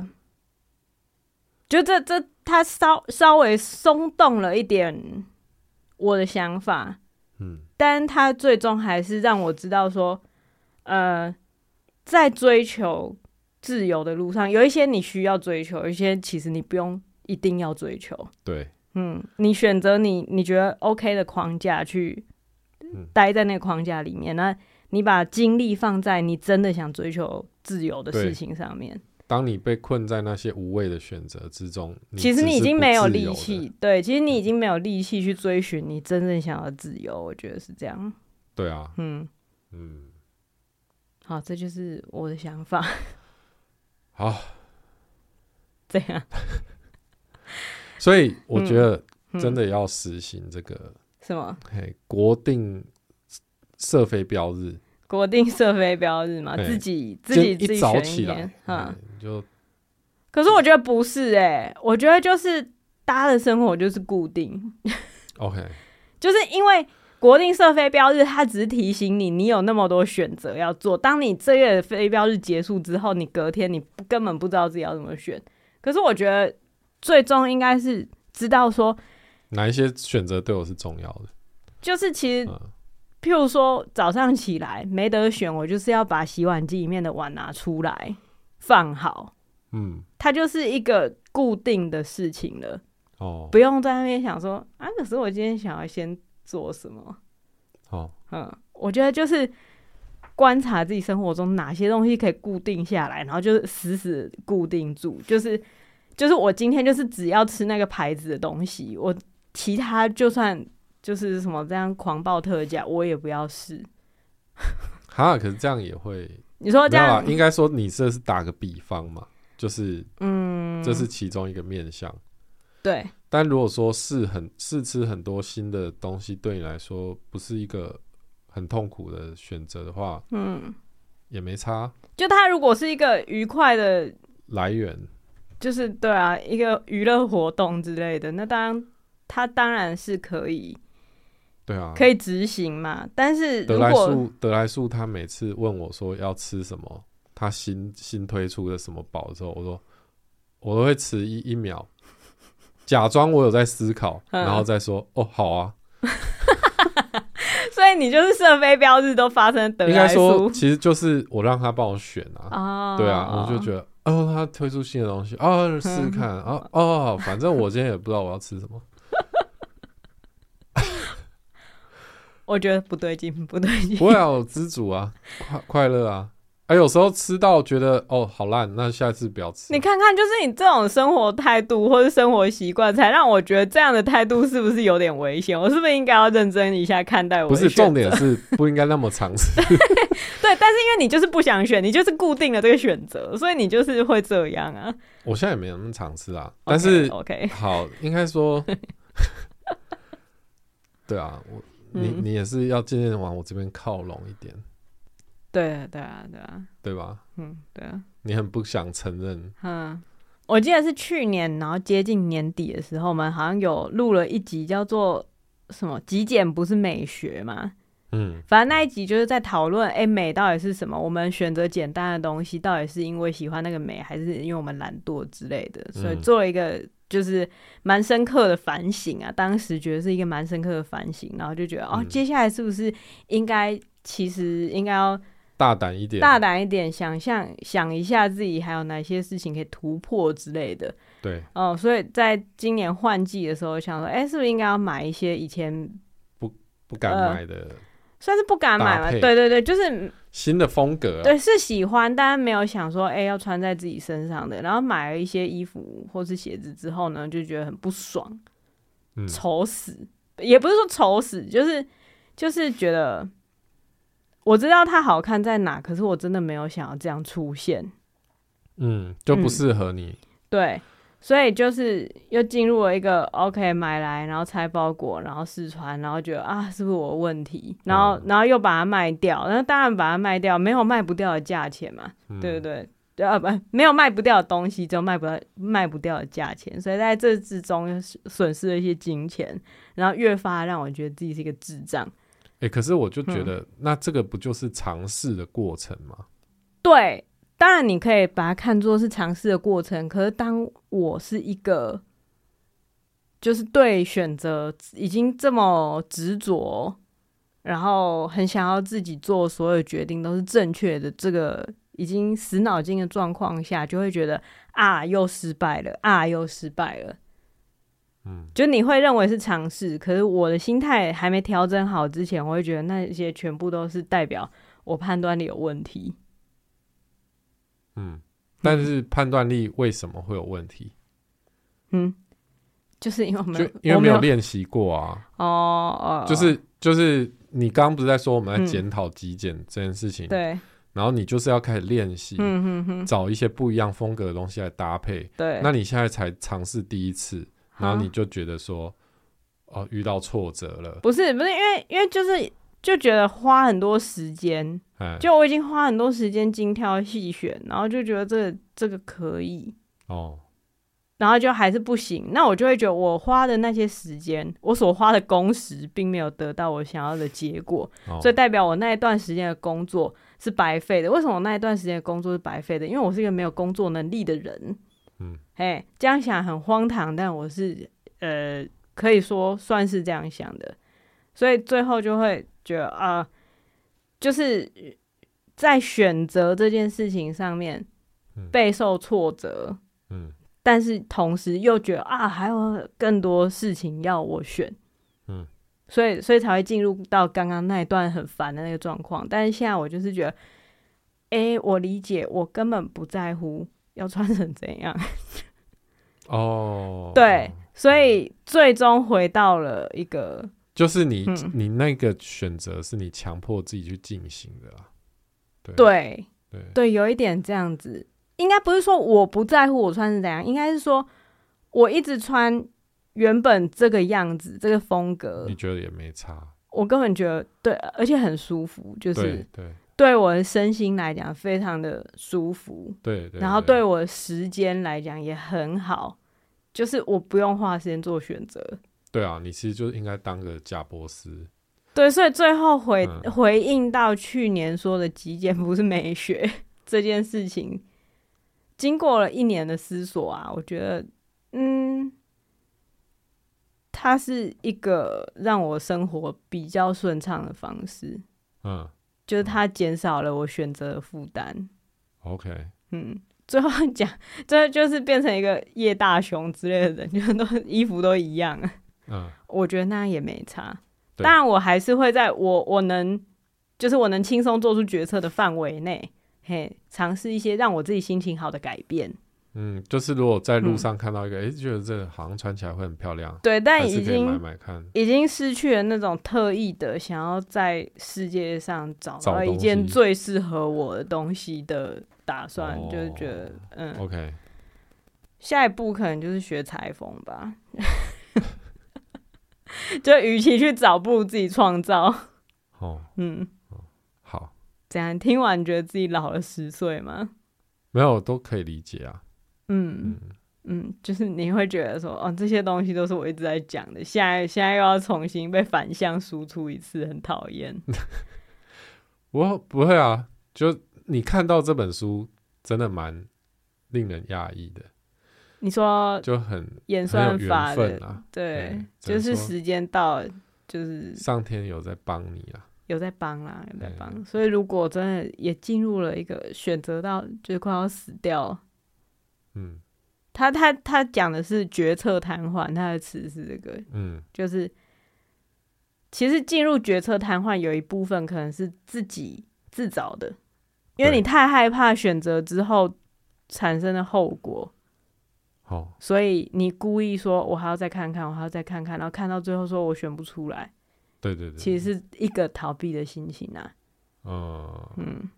Speaker 1: 就这这他稍稍微松动了一点我的想法，
Speaker 2: 嗯，
Speaker 1: 但他最终还是让我知道说，呃，在追求自由的路上，有一些你需要追求，有一些其实你不用一定要追求。
Speaker 2: 对，
Speaker 1: 嗯，你选择你你觉得 OK 的框架去
Speaker 2: 嗯
Speaker 1: 待在那个框架里面，那你把精力放在你真的想追求自由的事
Speaker 2: 对
Speaker 1: 情上面。
Speaker 2: 当你被困在那些无谓的选择之中，
Speaker 1: 其实
Speaker 2: 只
Speaker 1: 你已
Speaker 2: 是
Speaker 1: 经
Speaker 2: 不
Speaker 1: 没有
Speaker 2: 自
Speaker 1: 力
Speaker 2: 由的
Speaker 1: 气。，对，其实你已经没有力气去追寻你真正想要的自由。我觉得是这样。
Speaker 2: 对啊，
Speaker 1: 嗯，
Speaker 2: 嗯，
Speaker 1: 好，这就是我的想法。
Speaker 2: 好，
Speaker 1: 这样
Speaker 2: 所以我觉得真
Speaker 1: 嗯
Speaker 2: 的要实行这个，
Speaker 1: 是吗？
Speaker 2: 嘿，国定射飞标日，
Speaker 1: 国定射飞标日嘛，
Speaker 2: 对
Speaker 1: 自己自
Speaker 2: 今
Speaker 1: 己自
Speaker 2: 一
Speaker 1: 己
Speaker 2: 早
Speaker 1: 选一
Speaker 2: 起
Speaker 1: 天
Speaker 2: 来，，
Speaker 1: 嗯
Speaker 2: 嗯，，就
Speaker 1: 可是我觉得不是哎、我觉得就是大家的生活就是固定，
Speaker 2: OK，
Speaker 1: 就是因为国定射飞镖日，它只是提醒你，你有那么多选择要做。当你这月的飞镖日结束之后，你隔天你不根本不知道自己要怎么选。可是我觉得最终应该是知道说，
Speaker 2: 哪一些选择对我是重要的？
Speaker 1: 就是其实
Speaker 2: 嗯，
Speaker 1: 譬如说早上起来没得选，我就是要把洗碗机里面的碗拿出来放好，
Speaker 2: 嗯，
Speaker 1: 它就是一个固定的事情了，
Speaker 2: 哦，
Speaker 1: 不用在那边想说啊，可是我今天想要先做什么。
Speaker 2: 哦，
Speaker 1: 嗯，我觉得就是观察自己生活中哪些东西可以固定下来，然后就是死死固定住，就是就是我今天就是只要吃那个牌子的东西，我其他就算就是什么这样狂暴特价，我也不要试。
Speaker 2: 哈，可是这样也会
Speaker 1: 你说这
Speaker 2: 没有啊啦
Speaker 1: 样，，
Speaker 2: 应该说你这是打个比方嘛，就是
Speaker 1: 嗯，
Speaker 2: 这是其中一个面向。
Speaker 1: 对，
Speaker 2: 但如果说试很试吃很多新的东西，对你来说不是一个很痛苦的选择的话，
Speaker 1: 嗯，
Speaker 2: 也没差。
Speaker 1: 就它如果是一个愉快的，
Speaker 2: 来源
Speaker 1: 就是对啊，一个娱乐活动之类的，那当然它当然是可以
Speaker 2: 对啊，
Speaker 1: 可以执行嘛。但是
Speaker 2: 德
Speaker 1: 如
Speaker 2: 莱
Speaker 1: 果
Speaker 2: 素，德莱素他每次问我说要吃什么，他新新推出的什么堡之后，我说我都会迟一一秒，假装我有在思考，
Speaker 1: 嗯
Speaker 2: 然后再说哦好啊。
Speaker 1: 所以你就是射飞镖日都发生德
Speaker 2: 应
Speaker 1: 莱
Speaker 2: 该说
Speaker 1: 苏
Speaker 2: 其实就是我让他帮我选啊，
Speaker 1: 啊
Speaker 2: 对啊，我就觉得哦他推出新的东西哦试
Speaker 1: 嗯
Speaker 2: 试看啊哦，反正我今天也不知道我要吃什么，
Speaker 1: 我觉得不对劲，不对劲
Speaker 2: 不。会啊我知足啊，快快乐啊。哎、有时候吃到觉得哦好烂，那下次不要吃。 啊
Speaker 1: 你看看，就是你这种生活态度或是生活习惯，才让我觉得这样的态度是不是有点危险？我是不是应该要认真一下看待我？
Speaker 2: 不是重，点是不应该那么常吃。
Speaker 1: 对，但是因为你就是不想选，你就是固定了这个选择，所以你就是会这样啊。
Speaker 2: 我现在也没有那么常吃啊，但是
Speaker 1: OK，哦
Speaker 2: 好，应 该说，对啊，我你、
Speaker 1: 嗯
Speaker 2: 你也是要渐渐往我这边靠拢一点，
Speaker 1: 对啊，对啊，对啊，
Speaker 2: 对吧？
Speaker 1: 嗯，对啊，
Speaker 2: 你很不想承认，
Speaker 1: 嗯。我记得是去年，然后接近年底的时候，我们好像有录了一集叫做什么“极简不是美学”嘛，
Speaker 2: 嗯，
Speaker 1: 反正那一集就是在讨论，哎、美到底是什么？我们选择简单的东西，到底是因为喜欢那个美，还是因为我们懒惰之类的？所以
Speaker 2: 嗯
Speaker 1: 做了一个就是蛮深刻的反省啊。当时觉得是一个蛮深刻的反省，然后就觉得，哦，
Speaker 2: 嗯
Speaker 1: 接下来是不是应该其实应该要
Speaker 2: 大胆一点，
Speaker 1: 大胆一点，想象想一下自己还有哪些事情可以突破之类的。
Speaker 2: 对，
Speaker 1: 哦，所以在今年换季的时候，想说，哎、是不是应该要买一些以前
Speaker 2: 不敢
Speaker 1: 呃
Speaker 2: 买的、
Speaker 1: 算是不敢买
Speaker 2: 搭
Speaker 1: 嘛？
Speaker 2: 配啊
Speaker 1: 对对对，就是
Speaker 2: 新的风格、啊，
Speaker 1: 对，是喜欢，但没有想说，哎、要穿在自己身上的。然后买了一些衣服或是鞋子之后呢，就觉得很不爽，
Speaker 2: 嗯
Speaker 1: 愁死，也不是说愁死，就是就是觉得我知道它好看在哪，可是我真的没有想要这样出现，
Speaker 2: 嗯，就不
Speaker 1: 嗯
Speaker 2: 适合你。
Speaker 1: 对，所以就是又进入了一个 OK 买来，然后拆包裹，然后试穿，然后觉得啊是不是我的问题，然后、
Speaker 2: 嗯
Speaker 1: 然后又把它卖掉，那当然把它卖掉，没有卖不掉的价钱嘛，
Speaker 2: 嗯、
Speaker 1: 对不对？对啊，不，没有卖不掉的东西，只有卖不掉卖不掉的价钱，所以在这之中损失了一些金钱，然后越发让我觉得自己是一个智障。
Speaker 2: 哎、可是我就觉
Speaker 1: 嗯
Speaker 2: 得，那这个不就是尝试的过程吗？
Speaker 1: 对，当然你可以把它看作是尝试的过程，可是当我是一个就是对选择已经这么执着，然后很想要自己做所有决定都是正确的这个已经死脑筋的状况下，就会觉得啊又失败了，啊又失败了。
Speaker 2: 嗯，
Speaker 1: 就你会认为是尝试，可是我的心态还没调整好之前，我会觉得那些全部都是代表我判断力有问题。
Speaker 2: 嗯，但是判断力为什么会有问题？
Speaker 1: 嗯，就是因为我们
Speaker 2: 就因为
Speaker 1: 我
Speaker 2: 没
Speaker 1: 没
Speaker 2: 有练习过啊。
Speaker 1: 哦哦，
Speaker 2: 就是就是你刚刚不是在说我们在
Speaker 1: 嗯
Speaker 2: 检讨极简这件事情？。
Speaker 1: 对，
Speaker 2: 然后你就是要开始练习，
Speaker 1: 嗯哼哼，
Speaker 2: 找一些不一样风格的东西来搭配。
Speaker 1: 对。啊
Speaker 2: 那你现在才尝试第一次，然后你就觉得说，哦，遇到挫折了，
Speaker 1: 不是不是因为因为就是就觉得花很多时间，
Speaker 2: 哎，
Speaker 1: 就我已经花很多时间精挑细选，然后就觉得这个这个可以，
Speaker 2: 哦，
Speaker 1: 然后就还是不行，那我就会觉得我花的那些时间，我所花的工时并没有得到我想要的结果，
Speaker 2: 哦
Speaker 1: 所以代表我那一段时间的工作是白费的。为什么我那一段时间的工作是白费的？因为我是一个没有工作能力的人。
Speaker 2: 嗯，
Speaker 1: 哎，这样想很荒唐，但我是呃，可以说算是这样想的。所以最后就会觉得啊、就是在选择这件事情上面
Speaker 2: 嗯
Speaker 1: 备受挫折，
Speaker 2: 嗯
Speaker 1: 但是同时又觉得啊，还有更多事情要我选，
Speaker 2: 嗯，
Speaker 1: 所以所以才会进入到刚刚那一段很烦的那个状况。但是现在我就是觉得，诶，我理解，我根本不在乎要穿成怎样，
Speaker 2: 哦，
Speaker 1: 对，所以最终回到了一个
Speaker 2: 就是你、
Speaker 1: 嗯
Speaker 2: 你那个选择是你强迫自己去进行的啦，对
Speaker 1: 对
Speaker 2: 对
Speaker 1: 对，有一点这样子。应该不是说我不在乎我穿成怎样，应该是说我一直穿原本这个样子、这个风格，
Speaker 2: 你觉得也没差，
Speaker 1: 我根本觉得对，而且很舒服，就是
Speaker 2: 对对
Speaker 1: 对我的身心来讲非常的舒服，
Speaker 2: 对对，
Speaker 1: 然后对我的时间来讲也很好，就是我不用花时间做选择。
Speaker 2: 对啊，你其实就应该当个贾博士，
Speaker 1: 对，所以最后回、
Speaker 2: 嗯
Speaker 1: 回应到去年说的极简不是美学 这件事情，经过了一年的思索啊，我觉得，嗯，它是一个让我生活比较顺畅的方式。
Speaker 2: 嗯
Speaker 1: 就是它减少了我选择的负担。
Speaker 2: ，OK，
Speaker 1: 嗯，最后讲，这就是变成一个叶大雄之类的人，就是都衣服都一样啊。
Speaker 2: 嗯
Speaker 1: 我觉得那样也没差，
Speaker 2: 对
Speaker 1: 当然我还是会在我我能，就是我能轻松做出决策的范围内，嘿，尝试一些让我自己心情好的改变。
Speaker 2: 嗯，就是如果在路
Speaker 1: 嗯
Speaker 2: 上看到一个，哎、觉得这个好像穿起来会很漂亮，
Speaker 1: 对，但
Speaker 2: 还是
Speaker 1: 已
Speaker 2: 可以买
Speaker 1: 经
Speaker 2: 买看，
Speaker 1: 已经失去了那种特意的想要在世界上找
Speaker 2: 找
Speaker 1: 到一
Speaker 2: 东
Speaker 1: 件
Speaker 2: 西
Speaker 1: 最适合我的东西的打算，
Speaker 2: 哦
Speaker 1: 就是觉得嗯。
Speaker 2: OK，
Speaker 1: 下一步可能就是学裁缝吧， 就与其去找，不如自己创造。
Speaker 2: 哦，
Speaker 1: 嗯，
Speaker 2: 好，
Speaker 1: 怎样？听完觉得自己老了十岁吗？
Speaker 2: 没有都可以理解啊，
Speaker 1: 嗯
Speaker 2: 嗯，
Speaker 1: 嗯，就是你会觉得说，哦，这些东西都是我一直在讲的，现在现在又要重新被反向输出一次，很讨 厌。
Speaker 2: 我不会啊，就你看到这本书真的蛮令人讶异的，
Speaker 1: 你说
Speaker 2: 就很
Speaker 1: 演
Speaker 2: 很有
Speaker 1: 算法
Speaker 2: 缘
Speaker 1: 的
Speaker 2: 分，啊，
Speaker 1: 对
Speaker 2: 嗯，只
Speaker 1: 就
Speaker 2: 能
Speaker 1: 是
Speaker 2: 说
Speaker 1: 时间到了，就是
Speaker 2: 上天有在帮你啊，
Speaker 1: 有在帮啦，有在
Speaker 2: 对
Speaker 1: 帮。所以如果真的也进入了一个选择到就是快要死掉，
Speaker 2: 嗯
Speaker 1: 他他他讲的是决策瘫痪，他的词是这个，
Speaker 2: 嗯
Speaker 1: 就是其实进入决策瘫痪有一部分可能是自己自找的，因为
Speaker 2: 对
Speaker 1: 你太害怕选择之后产生的后果，
Speaker 2: 哦，
Speaker 1: 所以你故意说我还要再看看，我还要再看看，然后看到最后说我选不出来，
Speaker 2: 对对对，
Speaker 1: 其实是一个逃避的心情啊。
Speaker 2: 嗯，
Speaker 1: 嗯，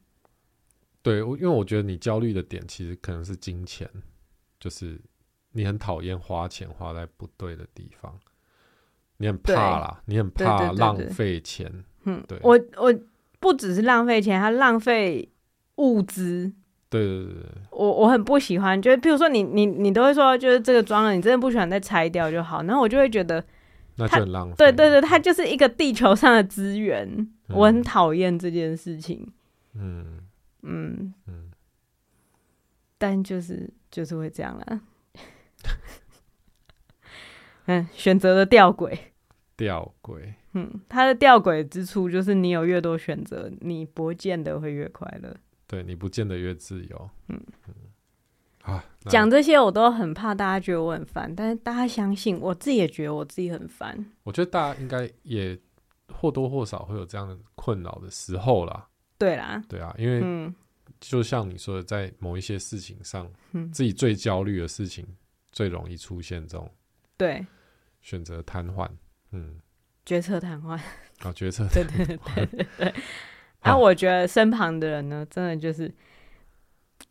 Speaker 2: 对，我因为我觉得你焦虑的点其实可能是金钱，就是你很讨厌花钱花在不对的地方，你很
Speaker 1: 对
Speaker 2: 怕啦，你很
Speaker 1: 对对
Speaker 2: 怕
Speaker 1: 对
Speaker 2: 浪
Speaker 1: 对
Speaker 2: 费钱，
Speaker 1: 嗯
Speaker 2: 对，
Speaker 1: 我我不只是浪费钱，还浪费物资。
Speaker 2: 对对对对，
Speaker 1: 我我很不喜欢，就是譬如说你你你都会说，就是这个装了，你真的不喜欢再拆掉就好。然后我就会觉得，
Speaker 2: 那就
Speaker 1: 它
Speaker 2: 很浪费，
Speaker 1: 对对对，它就是一个地球上的资源，
Speaker 2: 嗯
Speaker 1: 我很讨厌这件事情。
Speaker 2: 嗯
Speaker 1: 嗯，
Speaker 2: 嗯，
Speaker 1: 但就是就是会这样啦。 嗯，选择的吊诡，
Speaker 2: 吊诡，
Speaker 1: 嗯，它的吊诡之处就是你有越多选择，你不见得会越快乐。
Speaker 2: 对你不见得越自由，嗯嗯，啊，那
Speaker 1: 讲这些我都很怕大家觉得我很烦，但是大家相信，我自己也觉得我自己很烦。
Speaker 2: 我觉得大家应该也或多或少会有这样的困扰的时候啦，
Speaker 1: 对啦，
Speaker 2: 对啊，因为
Speaker 1: 嗯
Speaker 2: 就像你说的，在某一些事情上，
Speaker 1: 嗯，
Speaker 2: 自己最焦虑的事情最容易出现这种
Speaker 1: 对，
Speaker 2: 选择瘫痪，嗯，
Speaker 1: 决策谈话。
Speaker 2: 啊，决策，
Speaker 1: 对对对对对对。
Speaker 2: 好
Speaker 1: 啊，我觉得身旁的人呢，真的就是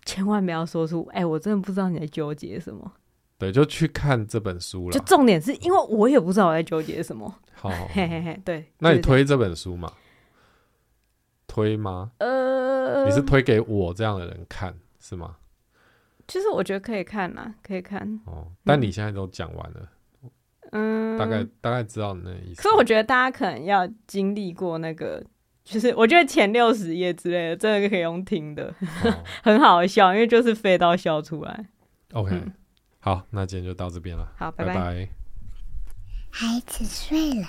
Speaker 1: 千万不要说出“哎、我真的不知道你在纠结什么
Speaker 2: 对，就去看这本”。书
Speaker 1: 就
Speaker 2: 了，
Speaker 1: 重点是因为我也不知道我在纠结什么。
Speaker 2: 好好，好
Speaker 1: 嘿嘿嘿，对。
Speaker 2: 哦那你
Speaker 1: 就是
Speaker 2: 推这本书嘛？推吗？
Speaker 1: 这样？呃，
Speaker 2: 你是推给我这样的人看是吗？
Speaker 1: 就是我觉得可以看啦，可以看。
Speaker 2: 哦，但你现在都讲完了，
Speaker 1: 嗯，
Speaker 2: 大概大概知道你那意思。
Speaker 1: 可是我觉得大家可能要经历过那个，就是我觉得前六十页之类的，真的可以用听的，
Speaker 2: 哦
Speaker 1: 很好笑，因为就是废到笑出来。
Speaker 2: OK，、
Speaker 1: 嗯
Speaker 2: 好，那今天就到这边了，
Speaker 1: 好，
Speaker 2: 拜
Speaker 1: 拜
Speaker 2: 拜
Speaker 3: 孩子睡了，